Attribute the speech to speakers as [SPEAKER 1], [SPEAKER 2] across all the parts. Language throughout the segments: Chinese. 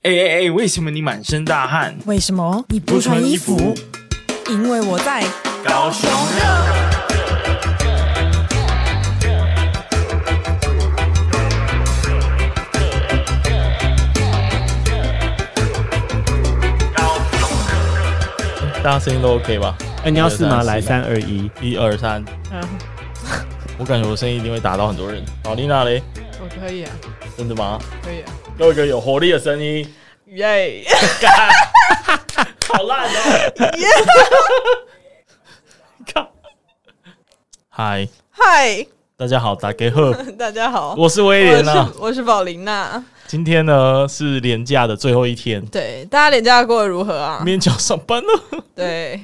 [SPEAKER 1] 哎哎哎，为什么你满身大汗？
[SPEAKER 2] 为什么你不穿衣服？因为我在。
[SPEAKER 1] 高雄
[SPEAKER 3] 大家声音都 OK 吧？
[SPEAKER 4] 哎、你要试吗？来，三二一，
[SPEAKER 3] 一二三，
[SPEAKER 5] 嗯
[SPEAKER 3] 我感觉我声音一定会打到很多人。哦好，丽娜嘞，
[SPEAKER 5] 我可以啊，
[SPEAKER 3] 真的吗？
[SPEAKER 5] 可以啊，
[SPEAKER 3] 给我一个有活力的声音。
[SPEAKER 5] 耶！
[SPEAKER 3] 好烂哦！靠！嗨，
[SPEAKER 5] 嗨，
[SPEAKER 3] 大家好，打给贺，
[SPEAKER 5] 大家好，
[SPEAKER 3] 我是威
[SPEAKER 5] 我
[SPEAKER 3] 廉啊
[SPEAKER 5] 是。我是宝琳娜。
[SPEAKER 3] 今天呢是年假的最后一天，
[SPEAKER 5] 对，大家连假过得如何啊
[SPEAKER 3] 明？天就要上班了。
[SPEAKER 5] 对，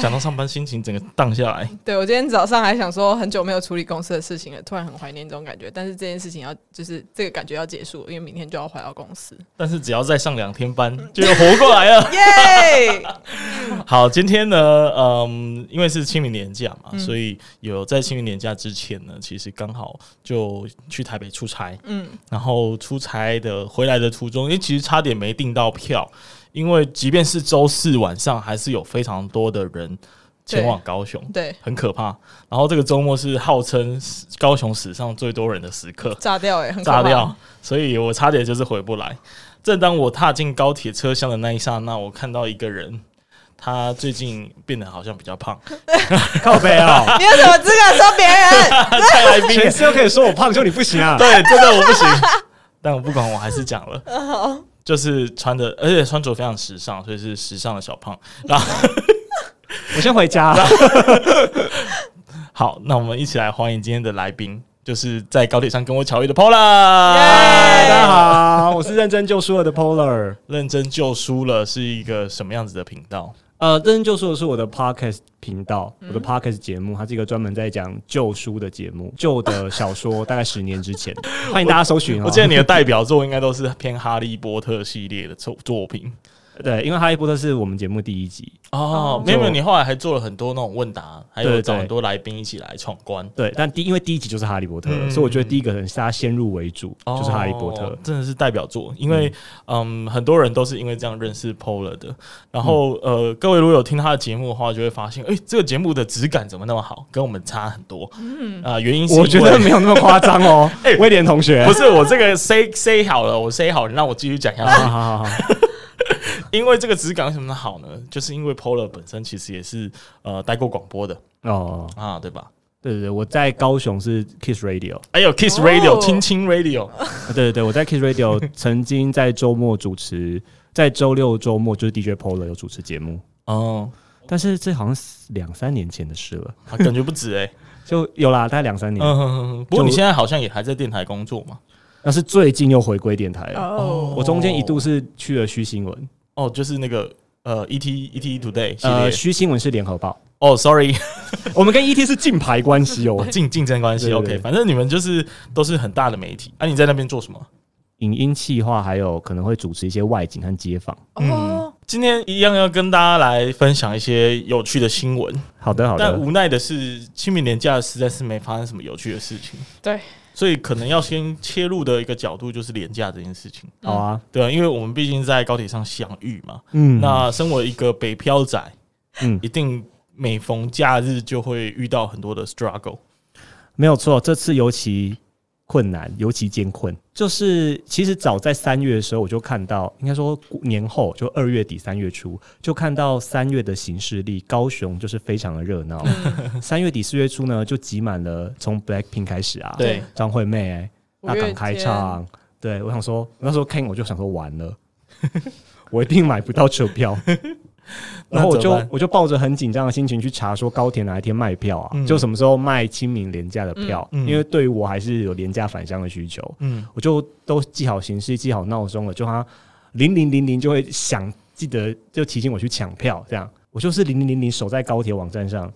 [SPEAKER 3] 想到上班，心情整个荡下来。
[SPEAKER 5] 对我今天早上还想说很久没有处理公司的事情了，突然很怀念这种感觉。但是这件事情要就是这个感觉要结束了，因为明天就要回到公司。
[SPEAKER 3] 但是只要再上两天班，就又活过来了。
[SPEAKER 5] 耶！
[SPEAKER 3] 好，今天呢，嗯，因为是清明年假嘛，
[SPEAKER 5] 嗯
[SPEAKER 3] 所以有在清明年假之前呢，其实刚好就去台北出差，
[SPEAKER 5] 嗯，
[SPEAKER 3] 然后出差的回来的途中，因为其实差点没订到票，因为即便是周四晚上，还是有非常多的人前往高雄，
[SPEAKER 5] 对，
[SPEAKER 3] 很可怕。然后这个周末是号称高雄史上最多人的时刻，
[SPEAKER 5] 炸掉哎、很可
[SPEAKER 3] 炸
[SPEAKER 5] 怕
[SPEAKER 3] 掉，所以我差点就是回不来。正当我踏进高铁车厢的那一刹那，我看到一个人，他最近变得好像比较胖，
[SPEAKER 4] 靠背 哦，
[SPEAKER 5] 你有什么资格说 别人？
[SPEAKER 3] 蔡来宾
[SPEAKER 4] 全世界都可以说我胖，就你不行啊。
[SPEAKER 3] 对，真的我不行，但我不管，我还是讲了，就是穿的，而且穿着非常时尚，所以是时尚的小胖。然后
[SPEAKER 4] 我先回家、
[SPEAKER 3] 好，那我们一起来欢迎今天的来宾，就是在高铁上跟我巧遇的啊 Pola。
[SPEAKER 4] 大家好，我是认真救书了的 Polar。
[SPEAKER 3] 认真救书了是一个什么样子的频道？
[SPEAKER 4] 呃，认真救书的是我的 podcast 频道，我的 podcast 节目，它是一个专门在讲旧书的节目，旧的小 说，大概十年之前，欢迎大家搜寻、哦。
[SPEAKER 3] 我记得你的代表作应该都是偏哈利波特系列的作作品。
[SPEAKER 4] 对，因为《哈利波特》是我们节目第一集，
[SPEAKER 3] 哦，没有，没有你后来还做了很多那种问答，还有
[SPEAKER 4] 对
[SPEAKER 3] 找
[SPEAKER 4] 对
[SPEAKER 3] 很多来宾一起来闯关，
[SPEAKER 4] 对，但第因为第一集就是《哈利波特》了
[SPEAKER 3] 嗯
[SPEAKER 4] 所以我觉得第一个人是他先入为主，就是《哈利波特》
[SPEAKER 3] 哦真的是代表作，因为嗯很多人都是因为这样认识 Polar 的。然后、
[SPEAKER 4] 嗯
[SPEAKER 3] 呃，各位如果有听他的节目的话，就会发现，哎、这个节目的质感怎么那么好，跟我们差很多。嗯啊、原因是因为
[SPEAKER 4] 我觉得没有那么夸张 哦，
[SPEAKER 3] 哎
[SPEAKER 4] 威廉同学
[SPEAKER 3] 不。是我这个 say say 好了，我 say 好了，让我继续讲下去。
[SPEAKER 4] 好好好好，
[SPEAKER 3] 因为这个质感为什么好呢？就是因为 Polar 本身其实也是呃待过广播的
[SPEAKER 4] 哦，
[SPEAKER 3] 啊，对吧？
[SPEAKER 4] 对对对，我在高雄是 Kiss Radio，
[SPEAKER 3] 还有 Kiss Radio、
[SPEAKER 5] 哦
[SPEAKER 3] 亲亲 Radio，
[SPEAKER 4] 啊对对对，我在 Kiss Radio 曾经在周末主持，在周六周末就是 DJ Polo 有主持节目，
[SPEAKER 3] 哦、
[SPEAKER 4] 但是这好像是两三年前的事了，
[SPEAKER 3] 啊感觉不止哎、
[SPEAKER 4] 就有啦，大概两三年，
[SPEAKER 3] 嗯，不过你现在好像也还在电台工作嘛？
[SPEAKER 4] 那是最近又回归电台了。
[SPEAKER 5] 哦，
[SPEAKER 4] 我中间一度是去了虚新闻，
[SPEAKER 3] 哦，就是那个呃，ET ET Today 系
[SPEAKER 4] 呃，
[SPEAKER 3] 列。
[SPEAKER 4] 虚新闻是联合报，
[SPEAKER 3] 哦，sorry，
[SPEAKER 4] 我们跟 ET 是竞牌关系哦。
[SPEAKER 3] 竞竞争关系
[SPEAKER 4] 对对
[SPEAKER 3] ，OK，
[SPEAKER 4] 对
[SPEAKER 3] 反正你们就是都是很大的媒体。啊，你在那边做什么？
[SPEAKER 4] 影音企划还有可能会主持一些外景和街访。
[SPEAKER 5] 哦，
[SPEAKER 3] 嗯今天一样要跟大家来分享一些有趣的新闻，
[SPEAKER 4] 好的，好
[SPEAKER 3] 但
[SPEAKER 4] 的，
[SPEAKER 3] 无奈的是，清明年假实在是没发生什么有趣的事情，
[SPEAKER 5] 对，
[SPEAKER 3] 所以可能要先切入的一个角度就是年假这件事情，
[SPEAKER 4] 好啊，
[SPEAKER 3] 对啊，因为我们毕竟在高铁上相遇嘛，
[SPEAKER 4] 嗯，
[SPEAKER 3] 那身为一个北漂仔，
[SPEAKER 4] 嗯
[SPEAKER 3] 一定每逢假日就会遇到很多的 struggle。
[SPEAKER 4] 没有错，这次尤其困难，尤其艰困。就是其实早在三月的时候，我就看到，应该说年后，就二月底三月初，就看到三月的行事历，高雄就是非常的热闹。
[SPEAKER 5] 嗯
[SPEAKER 4] 三月底四月初呢，就挤满了从 Blackpink 开始啊，
[SPEAKER 3] 对，
[SPEAKER 4] 张惠妹、
[SPEAKER 5] 五
[SPEAKER 4] 大
[SPEAKER 5] 月
[SPEAKER 4] 港开
[SPEAKER 5] 天
[SPEAKER 4] 唱，对我想说，我那时候看我就想说完了， 我一定买不到车票。然后我
[SPEAKER 3] 那怎
[SPEAKER 4] 就
[SPEAKER 3] 么办
[SPEAKER 4] 我就抱着很紧张的心情去查，说高铁哪一天卖票啊？
[SPEAKER 3] 嗯
[SPEAKER 4] 就什么时候卖清明廉价的票？
[SPEAKER 3] 嗯嗯
[SPEAKER 4] 因为对于我还是有廉价返乡的需求，
[SPEAKER 3] 嗯，
[SPEAKER 4] 我就都记好形式，记好闹钟了，就它零零零零就会响，记得就提醒我去抢票。这样，我就是零零零零守在高铁网站上，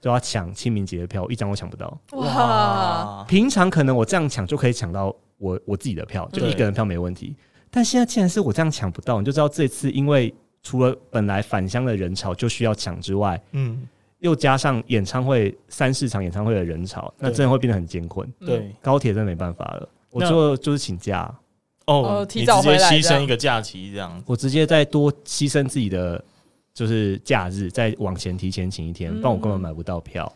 [SPEAKER 4] 就要抢清明节的票，一张都抢不到。
[SPEAKER 5] 哇，，
[SPEAKER 4] 平常可能我这样抢就可以抢到我我自己的票，就
[SPEAKER 3] 对
[SPEAKER 4] 一个人票没问题。但现在既然是我这样抢不到，你就知道这次因为除了本来返乡的人潮就需要抢之外，
[SPEAKER 3] 嗯，
[SPEAKER 4] 又加上演唱会三四场演唱会的人潮，那
[SPEAKER 3] 对
[SPEAKER 5] 嗯
[SPEAKER 4] 真的会变得很艰困。
[SPEAKER 3] 对，
[SPEAKER 4] 高铁真的没办法了，我
[SPEAKER 3] 那
[SPEAKER 4] 最后就是请假。
[SPEAKER 3] 哦，
[SPEAKER 5] 提
[SPEAKER 3] 你
[SPEAKER 5] 早
[SPEAKER 3] 直接
[SPEAKER 5] 回来
[SPEAKER 3] 牺
[SPEAKER 5] 这样
[SPEAKER 3] 牲一个假期这样。
[SPEAKER 4] 我直接再多牺牲自己的就是假日，再往前提前请一
[SPEAKER 3] 嗯
[SPEAKER 4] 天，不然我根本买不到票。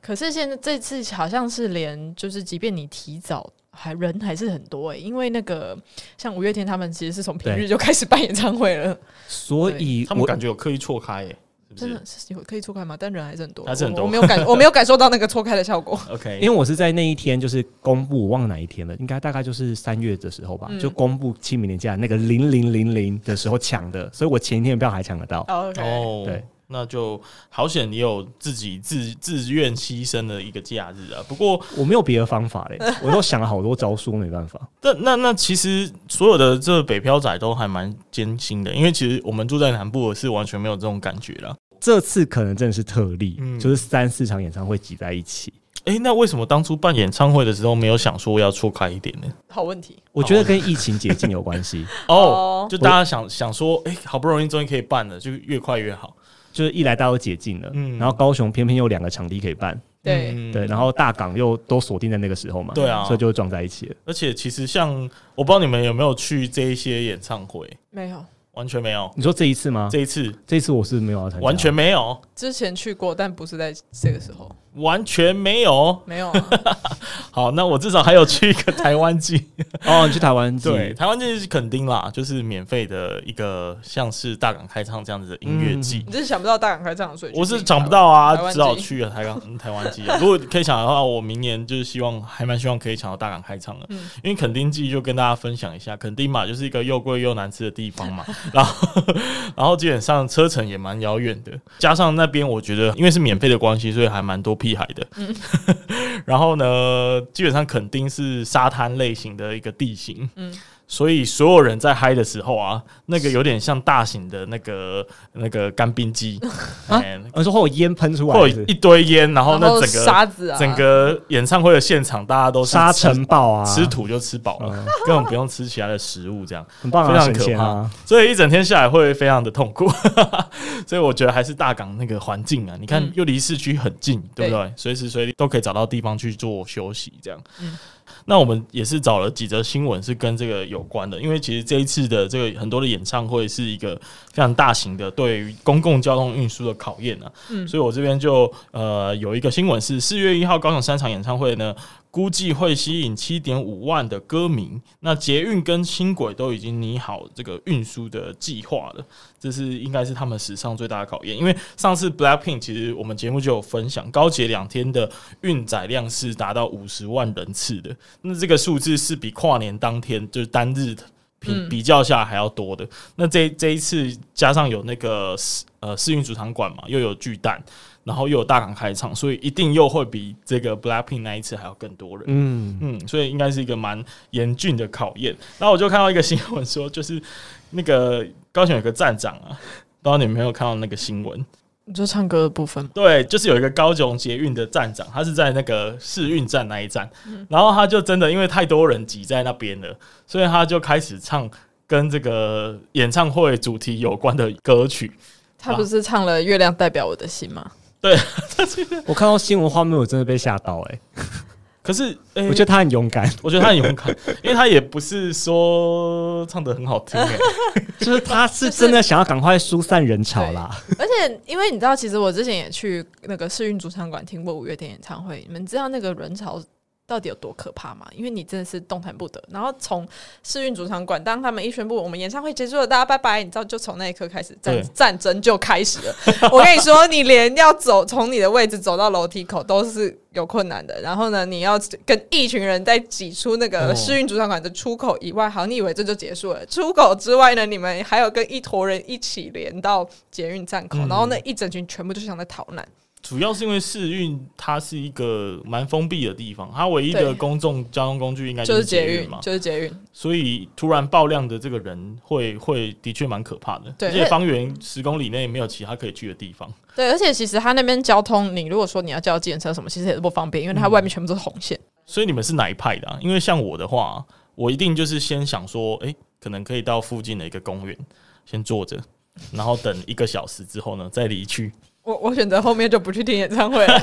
[SPEAKER 5] 可是现在这次好像是连，就是即便你提早，还人还是很多哎、因为那个像五月天他们其实是从平日
[SPEAKER 4] 对
[SPEAKER 5] 就开始办演唱会了，
[SPEAKER 4] 所以
[SPEAKER 3] 他们
[SPEAKER 4] 我
[SPEAKER 3] 感觉有刻意错开、欸，是不
[SPEAKER 5] 真
[SPEAKER 3] 是
[SPEAKER 5] 的是有可以错开吗？但人还是很多，
[SPEAKER 3] 还是很多
[SPEAKER 5] 我我没有感，我没有感受到那个错开的 效果。
[SPEAKER 3] ？OK，
[SPEAKER 4] 因为我是在那一天就是公布，我忘了哪一天了，应该大概就是三月的时候吧，
[SPEAKER 5] 嗯
[SPEAKER 4] 就公布清明年假那个零零零零的时候抢 的，所以我前一天的票还抢得到。
[SPEAKER 5] 哦 OK，
[SPEAKER 3] 哦，
[SPEAKER 4] 对，
[SPEAKER 3] 那就好险，你有自己自自愿牺牲的一个假日啊。不过，
[SPEAKER 4] 我没有别的方 法嘞，我都想了好多招数，没办法。
[SPEAKER 3] 那那那其实所有的这北漂仔都还蛮艰辛的，因为其实我们住在南部是完全没有这种感觉啦。
[SPEAKER 4] 这次可能真的是特例，
[SPEAKER 3] 嗯
[SPEAKER 4] 就是三四场演唱会挤在一起。
[SPEAKER 3] 诶、那为什么当初办演唱会的时候没有想说要错开一点呢？
[SPEAKER 5] 好问题，
[SPEAKER 4] 我觉得跟疫情解禁有关系，
[SPEAKER 3] 哦
[SPEAKER 5] 哦，
[SPEAKER 3] 就大家想想说，诶、好不容易终于可以办了，就越快越好。
[SPEAKER 4] 就是一来大家都解禁了，
[SPEAKER 3] 嗯
[SPEAKER 4] 然后高雄偏偏有两个场地可以办，
[SPEAKER 5] 对，
[SPEAKER 3] 嗯
[SPEAKER 4] 对，然后大港又都锁定在那个时候嘛，
[SPEAKER 3] 对啊
[SPEAKER 4] 所以就撞在一起了。
[SPEAKER 3] 而且其实像我不知道你们有没有去这一些演唱会，
[SPEAKER 5] 没有，
[SPEAKER 3] 完全没有。
[SPEAKER 4] 你说这一次吗？这
[SPEAKER 3] 这一次
[SPEAKER 4] 这一次我是啊没有要参加，
[SPEAKER 3] 完全没有，
[SPEAKER 5] 之前去过，但不是在这个时候，
[SPEAKER 3] 完全没有。
[SPEAKER 5] 没有、 啊，
[SPEAKER 3] 好，那我至少还有去一个台湾季，
[SPEAKER 4] 哦，你去台湾挤
[SPEAKER 3] 对，，台湾季是肯定啦，就是免费的一个像是大港开唱这样子的音乐
[SPEAKER 4] 嗯
[SPEAKER 3] 季。
[SPEAKER 5] 你真是想不到大港开这样，所以去
[SPEAKER 3] 我是
[SPEAKER 5] 听
[SPEAKER 3] 想不到啊
[SPEAKER 5] 台，湾季
[SPEAKER 3] 只好去了台港 台湾季啊。如果可以抢的话，我明年就是希望还蛮希望可以抢到大港开唱的，
[SPEAKER 5] 嗯
[SPEAKER 3] 因为垦丁季就跟大家分享一下，垦丁嘛就是一个又贵又难吃的地方嘛， 然后然后基本上车程也蛮遥远的，加上那边我觉得因为是免费的关系，所以还蛮多屁孩的。
[SPEAKER 5] 嗯
[SPEAKER 3] 然后呢，基本上垦丁是沙滩类型的一个地形，
[SPEAKER 5] 嗯
[SPEAKER 3] 所以所有人在嗨的时候啊，那个有点像大型的那个那个干冰 机，
[SPEAKER 5] 啊
[SPEAKER 3] 哎
[SPEAKER 4] 我哦说会有烟喷出来，
[SPEAKER 3] 会
[SPEAKER 4] 是
[SPEAKER 3] 有
[SPEAKER 4] 不
[SPEAKER 3] 一
[SPEAKER 4] 是
[SPEAKER 3] 堆烟，然后
[SPEAKER 5] 然
[SPEAKER 3] 那
[SPEAKER 5] 后
[SPEAKER 3] 整个、
[SPEAKER 5] 沙子啊，
[SPEAKER 3] 整个演唱会的现场，大家都是
[SPEAKER 4] 沙
[SPEAKER 3] 吃
[SPEAKER 4] 尘暴啊，
[SPEAKER 3] 吃土就吃饱了，
[SPEAKER 4] 嗯
[SPEAKER 3] 根本不用吃其他的食物，这样，
[SPEAKER 4] 很棒
[SPEAKER 3] 非
[SPEAKER 4] 啊，
[SPEAKER 3] 常
[SPEAKER 4] 神
[SPEAKER 3] 可
[SPEAKER 4] 仙
[SPEAKER 3] 怕
[SPEAKER 4] 啊，
[SPEAKER 3] 所以一整天下来会非常的痛苦。 所以我觉得还是大港那个环境啊，你看
[SPEAKER 5] 嗯
[SPEAKER 3] 又离市区很近，对不对
[SPEAKER 5] 对？
[SPEAKER 3] 随时随地都可以找到地方去做休息，这样。
[SPEAKER 5] 嗯
[SPEAKER 3] 那我们也是找了几则新闻是跟这个有关的，因为其实这一次的这个很多的演唱会是一个非常大型的对于公共交通运输的考验啊。
[SPEAKER 5] 嗯
[SPEAKER 3] 所以我这边就呃有一个新闻是四月一号高雄三场演唱会呢，估计会吸引七点五万的歌迷。那捷运跟轻轨都已经拟好这个运输的计划了，这是应该是他们史上最大的考验。因为上次 Blackpink 其实我们节目就有分享，高捷两天的运载量是达到五十万人次的，那这个数字是比跨年当天就是单日的比
[SPEAKER 5] 嗯
[SPEAKER 3] 比较下来还要多的。那这这一次加上有那个呃试运主场馆嘛，又有巨蛋，然后又有大港开唱，所以一定又会比这个 Blackpink 那一次还要更多人。
[SPEAKER 4] 嗯，
[SPEAKER 3] 嗯，所以应该是一个蛮严峻的考验。然后我就看到一个新闻说，就是那个高雄有个站长啊，不知道你们有没有看到那个新闻？
[SPEAKER 5] 你说唱歌的部分吗？
[SPEAKER 3] 对，就是有一个高雄捷运的站长，他是在那个试运站那一站，然后他就真的因为太多人挤在那边了，所以他就开始唱跟这个演唱会主题有关的歌曲。
[SPEAKER 5] 他不是唱了《月亮代表我的心》吗？
[SPEAKER 4] 我看到新闻画面，我真的被吓到哎，
[SPEAKER 3] 可是，诶
[SPEAKER 4] 我觉得他很勇敢，
[SPEAKER 3] 我觉得他很勇敢，因为他也不是说唱的很好听、欸 诶。
[SPEAKER 4] 就是他是真的想要赶快疏散人潮啦，
[SPEAKER 5] 而且，因为你知道，其实我之前也去那个世运主场馆听过五月天演唱会，你们知道那个人潮到底有多可怕吗？因为你真的是动弹不得。然后从世运主场馆，当他们一宣布我们演唱会结束了，大家拜拜，你知道，就从那一刻开始战
[SPEAKER 3] 对
[SPEAKER 5] 战争就开始了。我跟你说，你连要走从你的位置走到楼梯口都是有困难的。然后呢，你要跟一群人在挤出那
[SPEAKER 3] 哦
[SPEAKER 5] 个世运主场馆的出口以外，好，你以为这就结束了？出口之外呢，你们还有跟一坨人一起连到捷运站口，
[SPEAKER 3] 嗯
[SPEAKER 5] 然后那一整群全部就像在逃难。
[SPEAKER 3] 主要是因为试运它是一个蛮封闭的地方，它唯一的
[SPEAKER 5] 对
[SPEAKER 3] 公众交通工具应该
[SPEAKER 5] 就是
[SPEAKER 3] 是
[SPEAKER 5] 捷
[SPEAKER 3] 捷
[SPEAKER 5] 运
[SPEAKER 3] 嘛，，
[SPEAKER 5] 就是捷运，
[SPEAKER 3] 所以突然爆量的这个人会会的确蛮可怕的，
[SPEAKER 5] 对
[SPEAKER 3] 而且方圆十公里内没有其他可以去的地方。
[SPEAKER 5] 对，而且其实他那边交通，你如果说你要叫计程车什么，其实也是不方便，因为它外面全部都是红线。
[SPEAKER 3] 所以你们是哪一派的、啊？因为像我的话，我一定就是先想说，诶，可能可以到附近的一个公园先坐着，然后等一个小时之后呢再离去。
[SPEAKER 5] 我我选择后面就不去听演唱会了，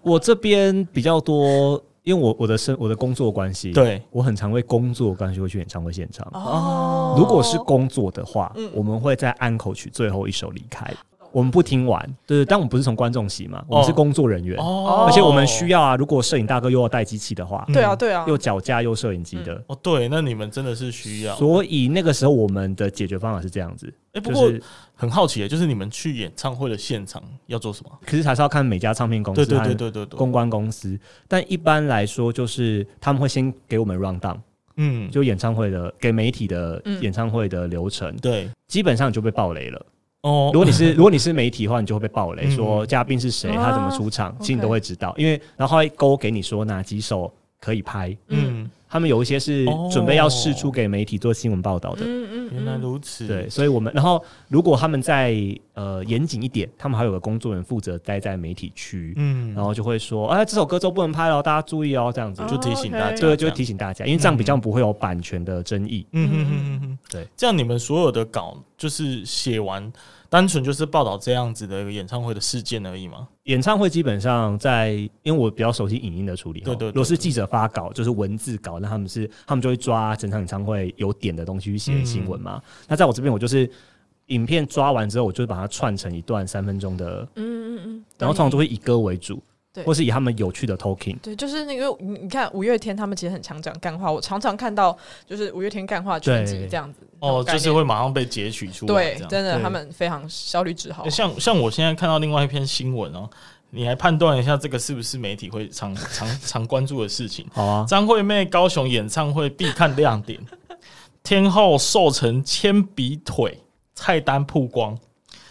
[SPEAKER 4] 我这边比较多。因为我我的生我的工作关系，
[SPEAKER 3] 对，
[SPEAKER 4] 我很常为工作关系会去演唱会现场。
[SPEAKER 5] 哦，
[SPEAKER 4] 如果是工作的话，
[SPEAKER 5] 嗯
[SPEAKER 4] 我们会在安口曲最后一首离开，我们不听完，对，但我们不是从观众席嘛，我们是工作人员，
[SPEAKER 3] 哦
[SPEAKER 4] 而且我们需要啊，如果摄影大哥又要带机器的
[SPEAKER 3] 嗯
[SPEAKER 4] 话，
[SPEAKER 5] 对啊，对啊，
[SPEAKER 4] 又脚架又摄影机的，
[SPEAKER 3] 哦，对，那你们真的是需要。
[SPEAKER 4] 所以那个时候我们的解决方法是这样子，
[SPEAKER 3] 哎，不
[SPEAKER 4] 就
[SPEAKER 3] 过
[SPEAKER 4] 是
[SPEAKER 3] 很好奇耶，就是你们去演唱会的现场要做什么？
[SPEAKER 4] 可是还是要看每家唱片公司
[SPEAKER 3] 对对
[SPEAKER 4] 和
[SPEAKER 3] 对对对对，
[SPEAKER 4] 公关公司，但一般来说就是他们会先给我们 round down，
[SPEAKER 3] 嗯，
[SPEAKER 4] 就演唱会的给媒体的
[SPEAKER 5] 嗯
[SPEAKER 4] 演唱会的流程，
[SPEAKER 3] 对
[SPEAKER 4] 基本上你就被爆雷了。
[SPEAKER 3] 嗯哦
[SPEAKER 4] 如，果你 是如果你是媒体的话，你就会被爆雷，
[SPEAKER 3] 嗯哦
[SPEAKER 4] 说嘉宾是谁，
[SPEAKER 5] 啊
[SPEAKER 4] 他怎么出场，其实你
[SPEAKER 5] OK
[SPEAKER 4] 都会知道，因为然后他会勾给你说哪几首可以拍。
[SPEAKER 5] 嗯
[SPEAKER 3] 嗯，
[SPEAKER 4] 他们有一些是
[SPEAKER 3] 哦
[SPEAKER 4] 准备要试出给媒体做新闻报道的，
[SPEAKER 5] 嗯
[SPEAKER 3] 原来如此。
[SPEAKER 4] 对，，所以我们然后如果他们在呃严谨一点，他们还有个工作人员负责待在媒体区，
[SPEAKER 3] 嗯，
[SPEAKER 4] 然后就会说，哎，这首歌都不能拍了，大家注意哦，这样子
[SPEAKER 5] 哦
[SPEAKER 3] 就提醒大家，
[SPEAKER 5] OK
[SPEAKER 4] 对，就会提醒大家，因为这样比较不会有版权的争议。
[SPEAKER 3] 嗯哼哼哼哼，
[SPEAKER 4] 对，
[SPEAKER 3] 这样你们所有的稿就是写完，单纯就是报道这样子的一个演唱会的事件而已嘛？
[SPEAKER 4] 演唱会基本上在，因为我比较熟悉影音的处理哈，
[SPEAKER 3] 对对对
[SPEAKER 4] 如果是记者发稿，就是文字稿，那他们是他们就会抓整场演唱会有点的东西去写新闻嘛。
[SPEAKER 3] 嗯
[SPEAKER 4] 那在我这边，我就是影片抓完之后，我就把它串成一段三分钟的，
[SPEAKER 5] 嗯嗯嗯，
[SPEAKER 4] 然后通常就会以歌为主，
[SPEAKER 5] 对
[SPEAKER 4] 或是以他们有趣的 talking。
[SPEAKER 5] 对，就是那个你你看五月天他们其实很常讲干话，我常常看到就是五月天干话全集
[SPEAKER 4] 对
[SPEAKER 5] 这样子。那
[SPEAKER 3] 哦
[SPEAKER 5] 种，概
[SPEAKER 3] 就是
[SPEAKER 5] 念
[SPEAKER 3] 会马上被截取出来。
[SPEAKER 5] 对
[SPEAKER 3] 这，样
[SPEAKER 5] 真的
[SPEAKER 4] 对
[SPEAKER 5] 他们非常效率之好
[SPEAKER 3] 欸。像像我现在看到另外一篇新闻哦，你还判断一下这个是不是媒体会常常常关注的事情？
[SPEAKER 4] 好啊，
[SPEAKER 3] 张惠妹高雄演唱会必看亮点，天后瘦成铅笔腿，菜单曝光。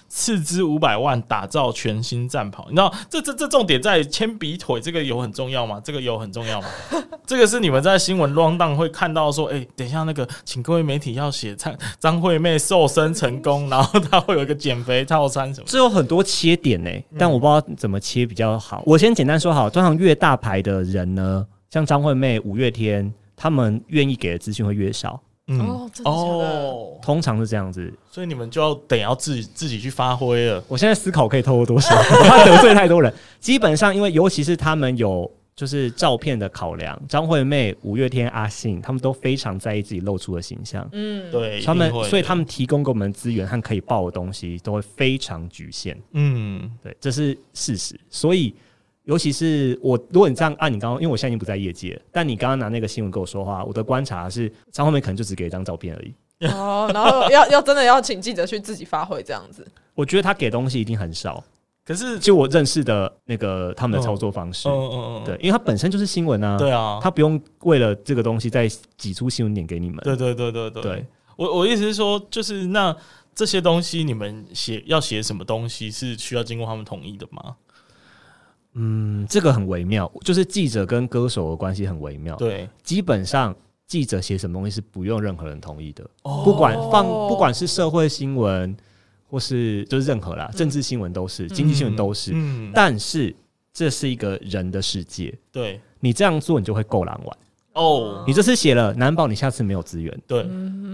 [SPEAKER 3] 斥资五百万打造全新战袍，你知道这这这重点在于铅笔腿这个有很重要吗？这个有很重要吗？ 这个是你们在新闻 round down 会看到说，哎、等一下那个，请各位媒体要写张张惠妹瘦身成功，然后她会有一个减肥套餐什么的。
[SPEAKER 4] 这有很多切点呢、
[SPEAKER 3] 嗯
[SPEAKER 4] 但我不知道怎么切比较好。我先简单说好，通常越大牌的人呢，像张惠妹、五月天，他们愿意给的资讯会越少，
[SPEAKER 3] 嗯
[SPEAKER 5] 哦真的假的
[SPEAKER 3] 哦
[SPEAKER 4] 通常是这样子。
[SPEAKER 3] 所以你们就要得要自己自己去发挥了。
[SPEAKER 4] 我现在思考可以透露多少， 我怕得罪太多人。基本上，因为尤其是他们有就是照片的考量，张惠妹、五月天、阿信，他们都非常在意自己露出的形象。
[SPEAKER 5] 嗯，
[SPEAKER 3] 对，
[SPEAKER 4] 他们
[SPEAKER 3] 一定会，的
[SPEAKER 4] 所以他们提供给我们的资源和可以报的东西都会非常局限，
[SPEAKER 3] 嗯，
[SPEAKER 4] 对，这是事实。所以，尤其是我，如果你这样按你刚刚，因为我现在已经不在业界了，但你刚刚拿那个新闻跟我说话，我的观察是，张惠妹可能就只给一张照片而已。
[SPEAKER 5] 哦，然后要要真的要请记者去自己发挥这样子。
[SPEAKER 4] 我觉得她给东西一定很少，
[SPEAKER 3] 可是，
[SPEAKER 4] 就我认识的那个他们的操作方
[SPEAKER 3] 嗯
[SPEAKER 4] 式，
[SPEAKER 3] 嗯嗯，
[SPEAKER 4] 对，因为它本身就是新闻啊，
[SPEAKER 3] 对啊，
[SPEAKER 4] 他不用为了这个东西再挤出新闻点给你们。
[SPEAKER 3] 对对对对对，
[SPEAKER 4] 对
[SPEAKER 3] 我我意思是说，就是那这些东西，你们写要写什么东西是需要经过他们同意的吗？
[SPEAKER 4] 嗯，这个很微妙，就是记者跟歌手的关系很微妙。，
[SPEAKER 3] 对，
[SPEAKER 4] 基本上记者写什么东西是不用任何人同意的，
[SPEAKER 3] 哦
[SPEAKER 4] 不管放不管是社会新闻或是就是任何啦，政治新闻都是，经济新闻都是。
[SPEAKER 3] 嗯，
[SPEAKER 4] 但是这是一个人的世界，
[SPEAKER 3] 对，
[SPEAKER 4] 你这样做你就会够狼玩。
[SPEAKER 3] 哦，
[SPEAKER 5] 嗯
[SPEAKER 4] 你这次写了，难保你下次没有资源。
[SPEAKER 3] 对，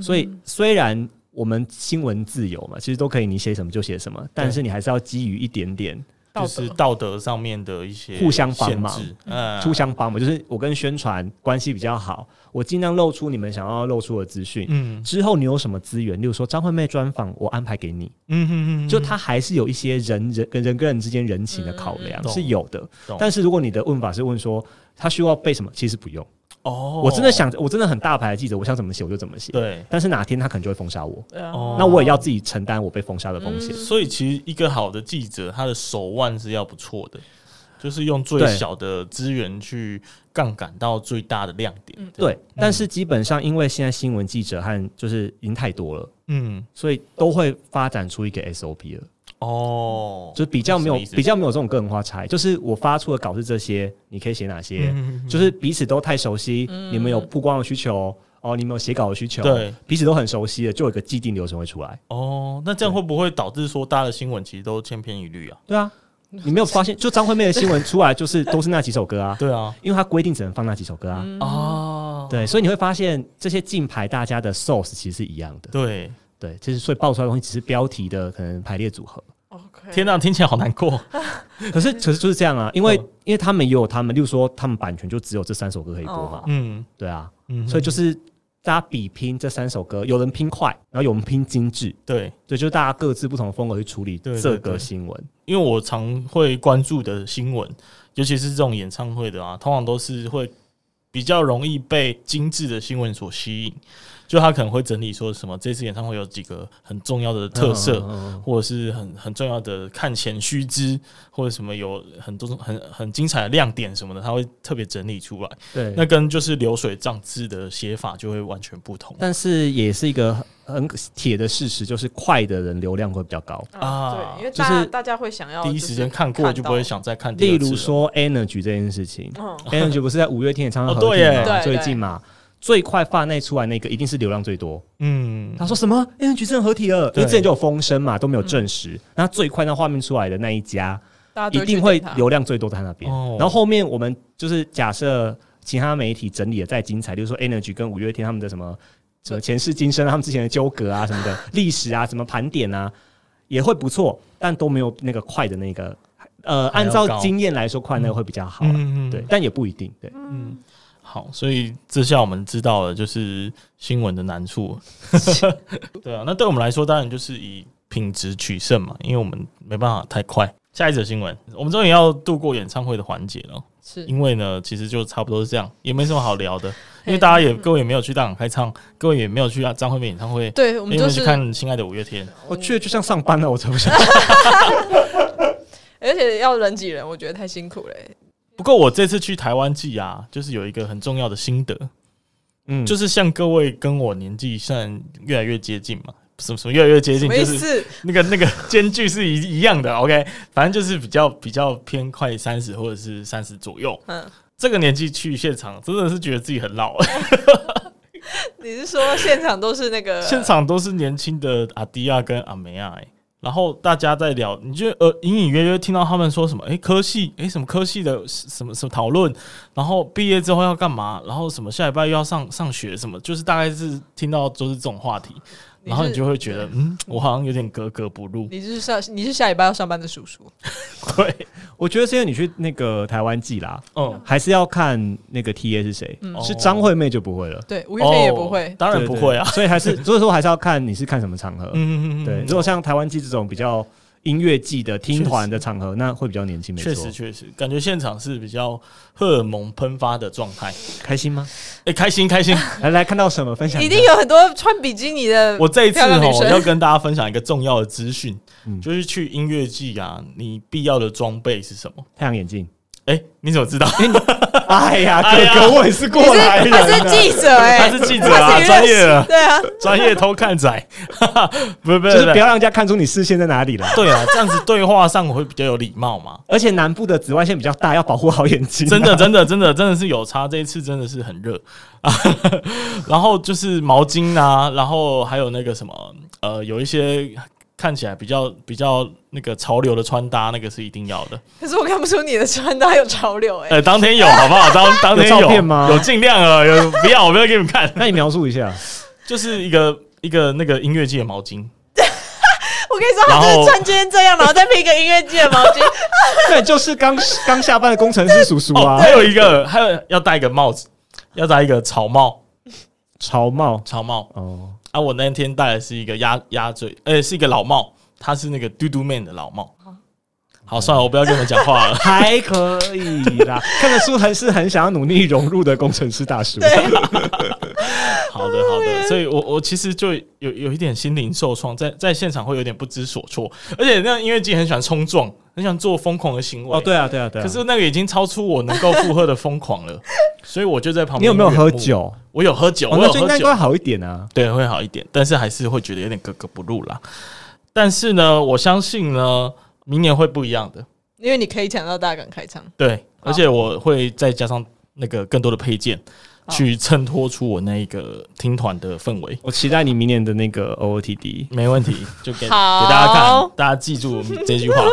[SPEAKER 4] 所
[SPEAKER 3] 嗯
[SPEAKER 4] 以虽然我们新闻自由嘛，其实都可以，你写什么就写什么，但是你还是要基于一点点
[SPEAKER 5] 道
[SPEAKER 3] 就
[SPEAKER 5] 德
[SPEAKER 3] 是道德上面的一些
[SPEAKER 4] 互相帮
[SPEAKER 3] 限
[SPEAKER 4] 忙
[SPEAKER 3] 制，嗯，
[SPEAKER 4] 互相帮忙，就是我跟宣传关系比较好，我尽量露出你们想要露出的资讯。
[SPEAKER 3] 嗯，
[SPEAKER 4] 之后你有什么资源，例如说张惠妹专访，我安排给你，
[SPEAKER 3] 嗯嗯嗯嗯，
[SPEAKER 4] 就它还是有一些人人跟人跟人之间人情的考量
[SPEAKER 3] 嗯嗯嗯
[SPEAKER 4] 是有的
[SPEAKER 3] 懂。
[SPEAKER 4] 但是如果你的问法是问说他需要背什么，其实不用。
[SPEAKER 3] 哦，
[SPEAKER 4] 我真的想，我真的很大牌的记者，我想怎么写我就怎么写。
[SPEAKER 3] 对。
[SPEAKER 4] 但是哪天他可能就会封杀我，
[SPEAKER 5] 对啊
[SPEAKER 3] 哦
[SPEAKER 4] 那我也要自己承担我被封杀的风
[SPEAKER 5] 嗯
[SPEAKER 4] 险。
[SPEAKER 3] 所以其实一个好的记者，他的手腕是要不错的，就是用最
[SPEAKER 4] 对
[SPEAKER 3] 小的资源去杠杆到最大的亮点。
[SPEAKER 5] 嗯
[SPEAKER 4] 对，但是基本上因为现在新闻记者和就是已经太多了，
[SPEAKER 3] 嗯，
[SPEAKER 4] 所以都会发展出一个 SOP 了，
[SPEAKER 3] 哦，
[SPEAKER 4] 就是比较没有
[SPEAKER 3] 什么意思
[SPEAKER 4] 比较没有这种个人化差异，就是我发出的稿是这些，你可以写哪些，
[SPEAKER 3] 嗯
[SPEAKER 4] 就是彼此都太熟悉，你们有曝光的需求。哦，你们有写稿的需求，
[SPEAKER 3] 对，
[SPEAKER 4] 彼此都很熟悉的，就有一个既定流程会出来。
[SPEAKER 3] 哦，那这样会不会导致说大家的新闻其实都千篇一律啊？
[SPEAKER 4] 对啊， 你没有发现，就张惠妹的新闻出来就是都是那几首歌啊，
[SPEAKER 3] 对啊，
[SPEAKER 4] 因为它规定只能放那几首歌啊。
[SPEAKER 3] 哦，
[SPEAKER 4] 对，所以你会发现这些竞牌大家的 source 其实是一样的。
[SPEAKER 3] 对，
[SPEAKER 4] 对，就是所以爆出来的东西只是标题的可能排列组合。
[SPEAKER 5] OK，
[SPEAKER 3] 天哪，听起来好难过。
[SPEAKER 4] 可是可是就是这样啊，因为、
[SPEAKER 3] 嗯
[SPEAKER 4] 因为他们也有他们，例如说他们版权就只有这三首歌可以播嘛，
[SPEAKER 5] 哦
[SPEAKER 3] 嗯
[SPEAKER 4] 对啊，
[SPEAKER 3] 嗯，
[SPEAKER 4] 所以就是大家比拼这三首歌，有人拼快，然后有人拼精致，
[SPEAKER 3] 对，
[SPEAKER 4] 对，就是大家各自不同的风格去处理
[SPEAKER 3] 对对
[SPEAKER 4] 这
[SPEAKER 3] 对
[SPEAKER 4] 个新闻。
[SPEAKER 3] 因为我常会关注的新闻，尤其是这种演唱会的啊，通常都是会比较容易被精致的新闻所吸引。就他可能会整理说什么这次演唱会有几个很重要的特色，
[SPEAKER 4] 嗯嗯嗯
[SPEAKER 3] 或者是很很重要的看前须知，或者什么有很多种很很精彩的亮点什么的，他会特别整理出来。
[SPEAKER 4] 对，
[SPEAKER 3] 那跟就是流水账字的写法就会完全不同
[SPEAKER 4] 但是也是一个很铁的事实，就是快的人流量会比较高。
[SPEAKER 3] 啊
[SPEAKER 5] 嗯对，因为
[SPEAKER 4] 就
[SPEAKER 5] 大家
[SPEAKER 4] 是
[SPEAKER 5] 大家会想要
[SPEAKER 3] 第一
[SPEAKER 5] 就是
[SPEAKER 3] 时间看过就不会想再看第
[SPEAKER 4] 例
[SPEAKER 3] 二次了。
[SPEAKER 4] 如说 Energy 这件事情
[SPEAKER 5] 看到，
[SPEAKER 4] ，Energy 不是在五月天演唱会
[SPEAKER 3] 哦
[SPEAKER 4] 合
[SPEAKER 3] 对
[SPEAKER 4] 体
[SPEAKER 3] 耶
[SPEAKER 4] 嘛，
[SPEAKER 5] 对
[SPEAKER 4] 最近嘛，最快发内出来那个一定是流量最多。
[SPEAKER 3] 嗯，
[SPEAKER 4] 他说什么 Energy 真的合体了？因
[SPEAKER 3] 对
[SPEAKER 4] 为之前就有风声嘛，都没有证实。那最快那画面出来的那一家，
[SPEAKER 5] 大家都
[SPEAKER 4] 一定
[SPEAKER 5] 去
[SPEAKER 4] 会
[SPEAKER 5] 点它
[SPEAKER 4] 流量最多在那边。
[SPEAKER 3] 哦
[SPEAKER 4] 然后后面我们就是假设其他媒体整理的再精彩，比如说 Energy 跟五月天他们的什么什么前世今生啊，他们之前的纠葛啊什么 的历史啊，什么盘点啊，也会不错，但都没有那个快的那个。呃，
[SPEAKER 3] 还要
[SPEAKER 4] 按照
[SPEAKER 3] 高
[SPEAKER 4] 经验来说，快那个会比较好啊、
[SPEAKER 3] 嗯嗯嗯
[SPEAKER 4] 对，但也不一定，对，
[SPEAKER 3] 好，所以这下我们知道了，就是新闻的难 处。对啊，那对我们来说，当然就是以品质取胜嘛，因为我们没办法太快。下一则新闻，我们终于要度过演唱会的环节了，
[SPEAKER 5] 是
[SPEAKER 3] 因为呢，其实就差不多是这样，也没什么好 聊的，因为
[SPEAKER 5] 嘿
[SPEAKER 3] 大家也各位也没有去大港开唱，各位也没有去啊张惠妹演唱会，
[SPEAKER 5] 对，我
[SPEAKER 3] 也
[SPEAKER 5] 们
[SPEAKER 3] 没
[SPEAKER 5] 就
[SPEAKER 3] 有去
[SPEAKER 5] 是，
[SPEAKER 3] 看《亲爱的五月天》。
[SPEAKER 4] 我去了就像上班了，我才不 想。
[SPEAKER 5] 而且要人挤人，我觉得太辛苦了欸。
[SPEAKER 3] 不过我这次去台湾记啊，就是有一个很重要的心得，
[SPEAKER 4] 嗯，
[SPEAKER 3] 就是像各位跟我年纪算越来越接近嘛，什么什么越来越接
[SPEAKER 5] 什
[SPEAKER 3] 近，
[SPEAKER 5] 么意
[SPEAKER 3] 就是
[SPEAKER 5] 思？
[SPEAKER 3] 那个 那个间距是一一样的，OK，反正就是比较比较偏快三十或者是三十左右。
[SPEAKER 5] 嗯，
[SPEAKER 3] 这个年纪去现场，真的是觉得自己很老。
[SPEAKER 5] 你是说现场都是那个
[SPEAKER 3] 现？场都是年轻的阿迪亚跟阿梅亚、欸，然后大家在聊，你就呃隐隐约约听到他们说什么，诶、科系，诶、什么科系的什么什么讨论，然后毕业之后要干嘛，然后什么下礼拜又要上上学什么，就是大概是听到都是这种话题，
[SPEAKER 5] 你是
[SPEAKER 3] 然后你就会觉得，嗯，我好像有点格格不入。
[SPEAKER 5] 你是上你是下礼拜要上班的叔叔？
[SPEAKER 3] 对，
[SPEAKER 4] 我觉得是因为你去那个台湾季啦，
[SPEAKER 3] 嗯，
[SPEAKER 4] 还是要看那个 T A 是谁，
[SPEAKER 5] 嗯
[SPEAKER 4] 是
[SPEAKER 3] 哦
[SPEAKER 4] 张惠妹就不会了。
[SPEAKER 5] 对，五月天也不
[SPEAKER 3] 哦
[SPEAKER 5] 会。
[SPEAKER 3] 当然
[SPEAKER 4] 对
[SPEAKER 3] 不
[SPEAKER 4] 对
[SPEAKER 3] 会啊。
[SPEAKER 4] 所以还是， 所以说还是要看你是看什么场合。
[SPEAKER 3] 嗯
[SPEAKER 4] 对，如果像台湾季这种比较音乐季的听团的场合，那会比较年轻，没
[SPEAKER 3] 确
[SPEAKER 4] 错
[SPEAKER 3] 实。确实，感觉现场是比较荷尔蒙喷发的状态。
[SPEAKER 4] 开心吗？
[SPEAKER 3] 哎、开心开心！
[SPEAKER 4] 来来看到什么分享？
[SPEAKER 5] 一定有很多穿比基尼的，
[SPEAKER 3] 我这一次
[SPEAKER 5] 漂亮女
[SPEAKER 3] 哦
[SPEAKER 5] 生
[SPEAKER 3] 要跟大家分享一个重要的资讯，
[SPEAKER 4] 嗯
[SPEAKER 3] 就是去音乐季啊，你必要的装备是什么？
[SPEAKER 4] 太阳眼镜。
[SPEAKER 3] 哎、你怎么知道？
[SPEAKER 4] 哎呀，
[SPEAKER 3] 哎呀
[SPEAKER 4] 哥哥，我也是过
[SPEAKER 5] 你
[SPEAKER 4] 来
[SPEAKER 5] 是他
[SPEAKER 4] 人
[SPEAKER 5] 是
[SPEAKER 4] 啊。
[SPEAKER 5] 记者哎，
[SPEAKER 3] 他是记者啊
[SPEAKER 5] 他是娱乐
[SPEAKER 3] 专业的
[SPEAKER 5] 对啊，
[SPEAKER 3] 专业偷看仔， 哈哈不是不
[SPEAKER 4] 就是是
[SPEAKER 3] 不
[SPEAKER 4] 不
[SPEAKER 3] 是，
[SPEAKER 4] 要让人家看出你视线在哪里了。
[SPEAKER 3] 对啊，这样子对话上我会比较有礼貌 嘛。
[SPEAKER 4] 而且南部的紫外线比较大，要保护好眼睛啊。
[SPEAKER 3] 真的，真的，真的，真的是有差。这一次真的是很热 啊，然后就是毛巾啊，然后还有那个什么，呃，有一些看起来比较比较那个潮流的穿搭，那个是一定要的。
[SPEAKER 5] 可是我看不出你的穿搭有潮流哎
[SPEAKER 3] 呃，，当天有好不好？ 当当天
[SPEAKER 4] 有照片吗
[SPEAKER 3] 有尽量啊，有不要，我不要给你们看，
[SPEAKER 4] 那你描述一下，
[SPEAKER 3] 就是一个一个那个音乐界的毛巾，
[SPEAKER 5] 我跟你说，他
[SPEAKER 3] 然
[SPEAKER 5] 就
[SPEAKER 3] 后
[SPEAKER 5] 是穿今天这样，然后再配一个音乐季的毛 巾，
[SPEAKER 4] 对，就是刚刚下班的工程师叔叔
[SPEAKER 3] 哦，
[SPEAKER 4] 啊
[SPEAKER 3] 还，有一个还有要戴一个帽子，要戴一个草帽，
[SPEAKER 4] 草帽
[SPEAKER 3] 草帽
[SPEAKER 4] 哦，。
[SPEAKER 3] 啊，我那天戴的是一个鸭鸭嘴，呃，是一个老帽，它是那个嘟嘟 man 的老帽。好，算了，我不要跟你们讲话了
[SPEAKER 4] 还可以 啦，看得出还是很想要努力融入的工程师大叔。
[SPEAKER 3] 好的，好的，所以我我其实就有有一点心灵受创，在在现场会有点不知所措，而且那音乐季很喜欢冲撞，很喜欢做疯狂的行为。
[SPEAKER 4] 哦，对啊，对啊，对啊。
[SPEAKER 3] 可是那个已经超出我能够负荷的疯狂 了，所以我就在旁边。
[SPEAKER 4] 你有没有喝？酒？
[SPEAKER 3] 我有喝酒，
[SPEAKER 4] 哦，
[SPEAKER 3] 我
[SPEAKER 4] 那
[SPEAKER 3] 有
[SPEAKER 4] 就应
[SPEAKER 3] 喝
[SPEAKER 4] 该
[SPEAKER 3] 酒
[SPEAKER 4] 会，好一点啊。
[SPEAKER 3] 对，会好一点，但是还是会觉得有点格格不入啦。但是呢，我相信呢，明年会不一样的。
[SPEAKER 5] 因为你可以抢到大港开唱。
[SPEAKER 3] 对，
[SPEAKER 5] 好
[SPEAKER 3] 而且我会再加上那个更多的配件，
[SPEAKER 5] 好
[SPEAKER 3] 去衬托出我那一个听团的氛围。
[SPEAKER 4] 我期待你明年的那个 OOTD。
[SPEAKER 3] 没问题，就给给
[SPEAKER 5] 好
[SPEAKER 3] 大家看，大家记住这句话。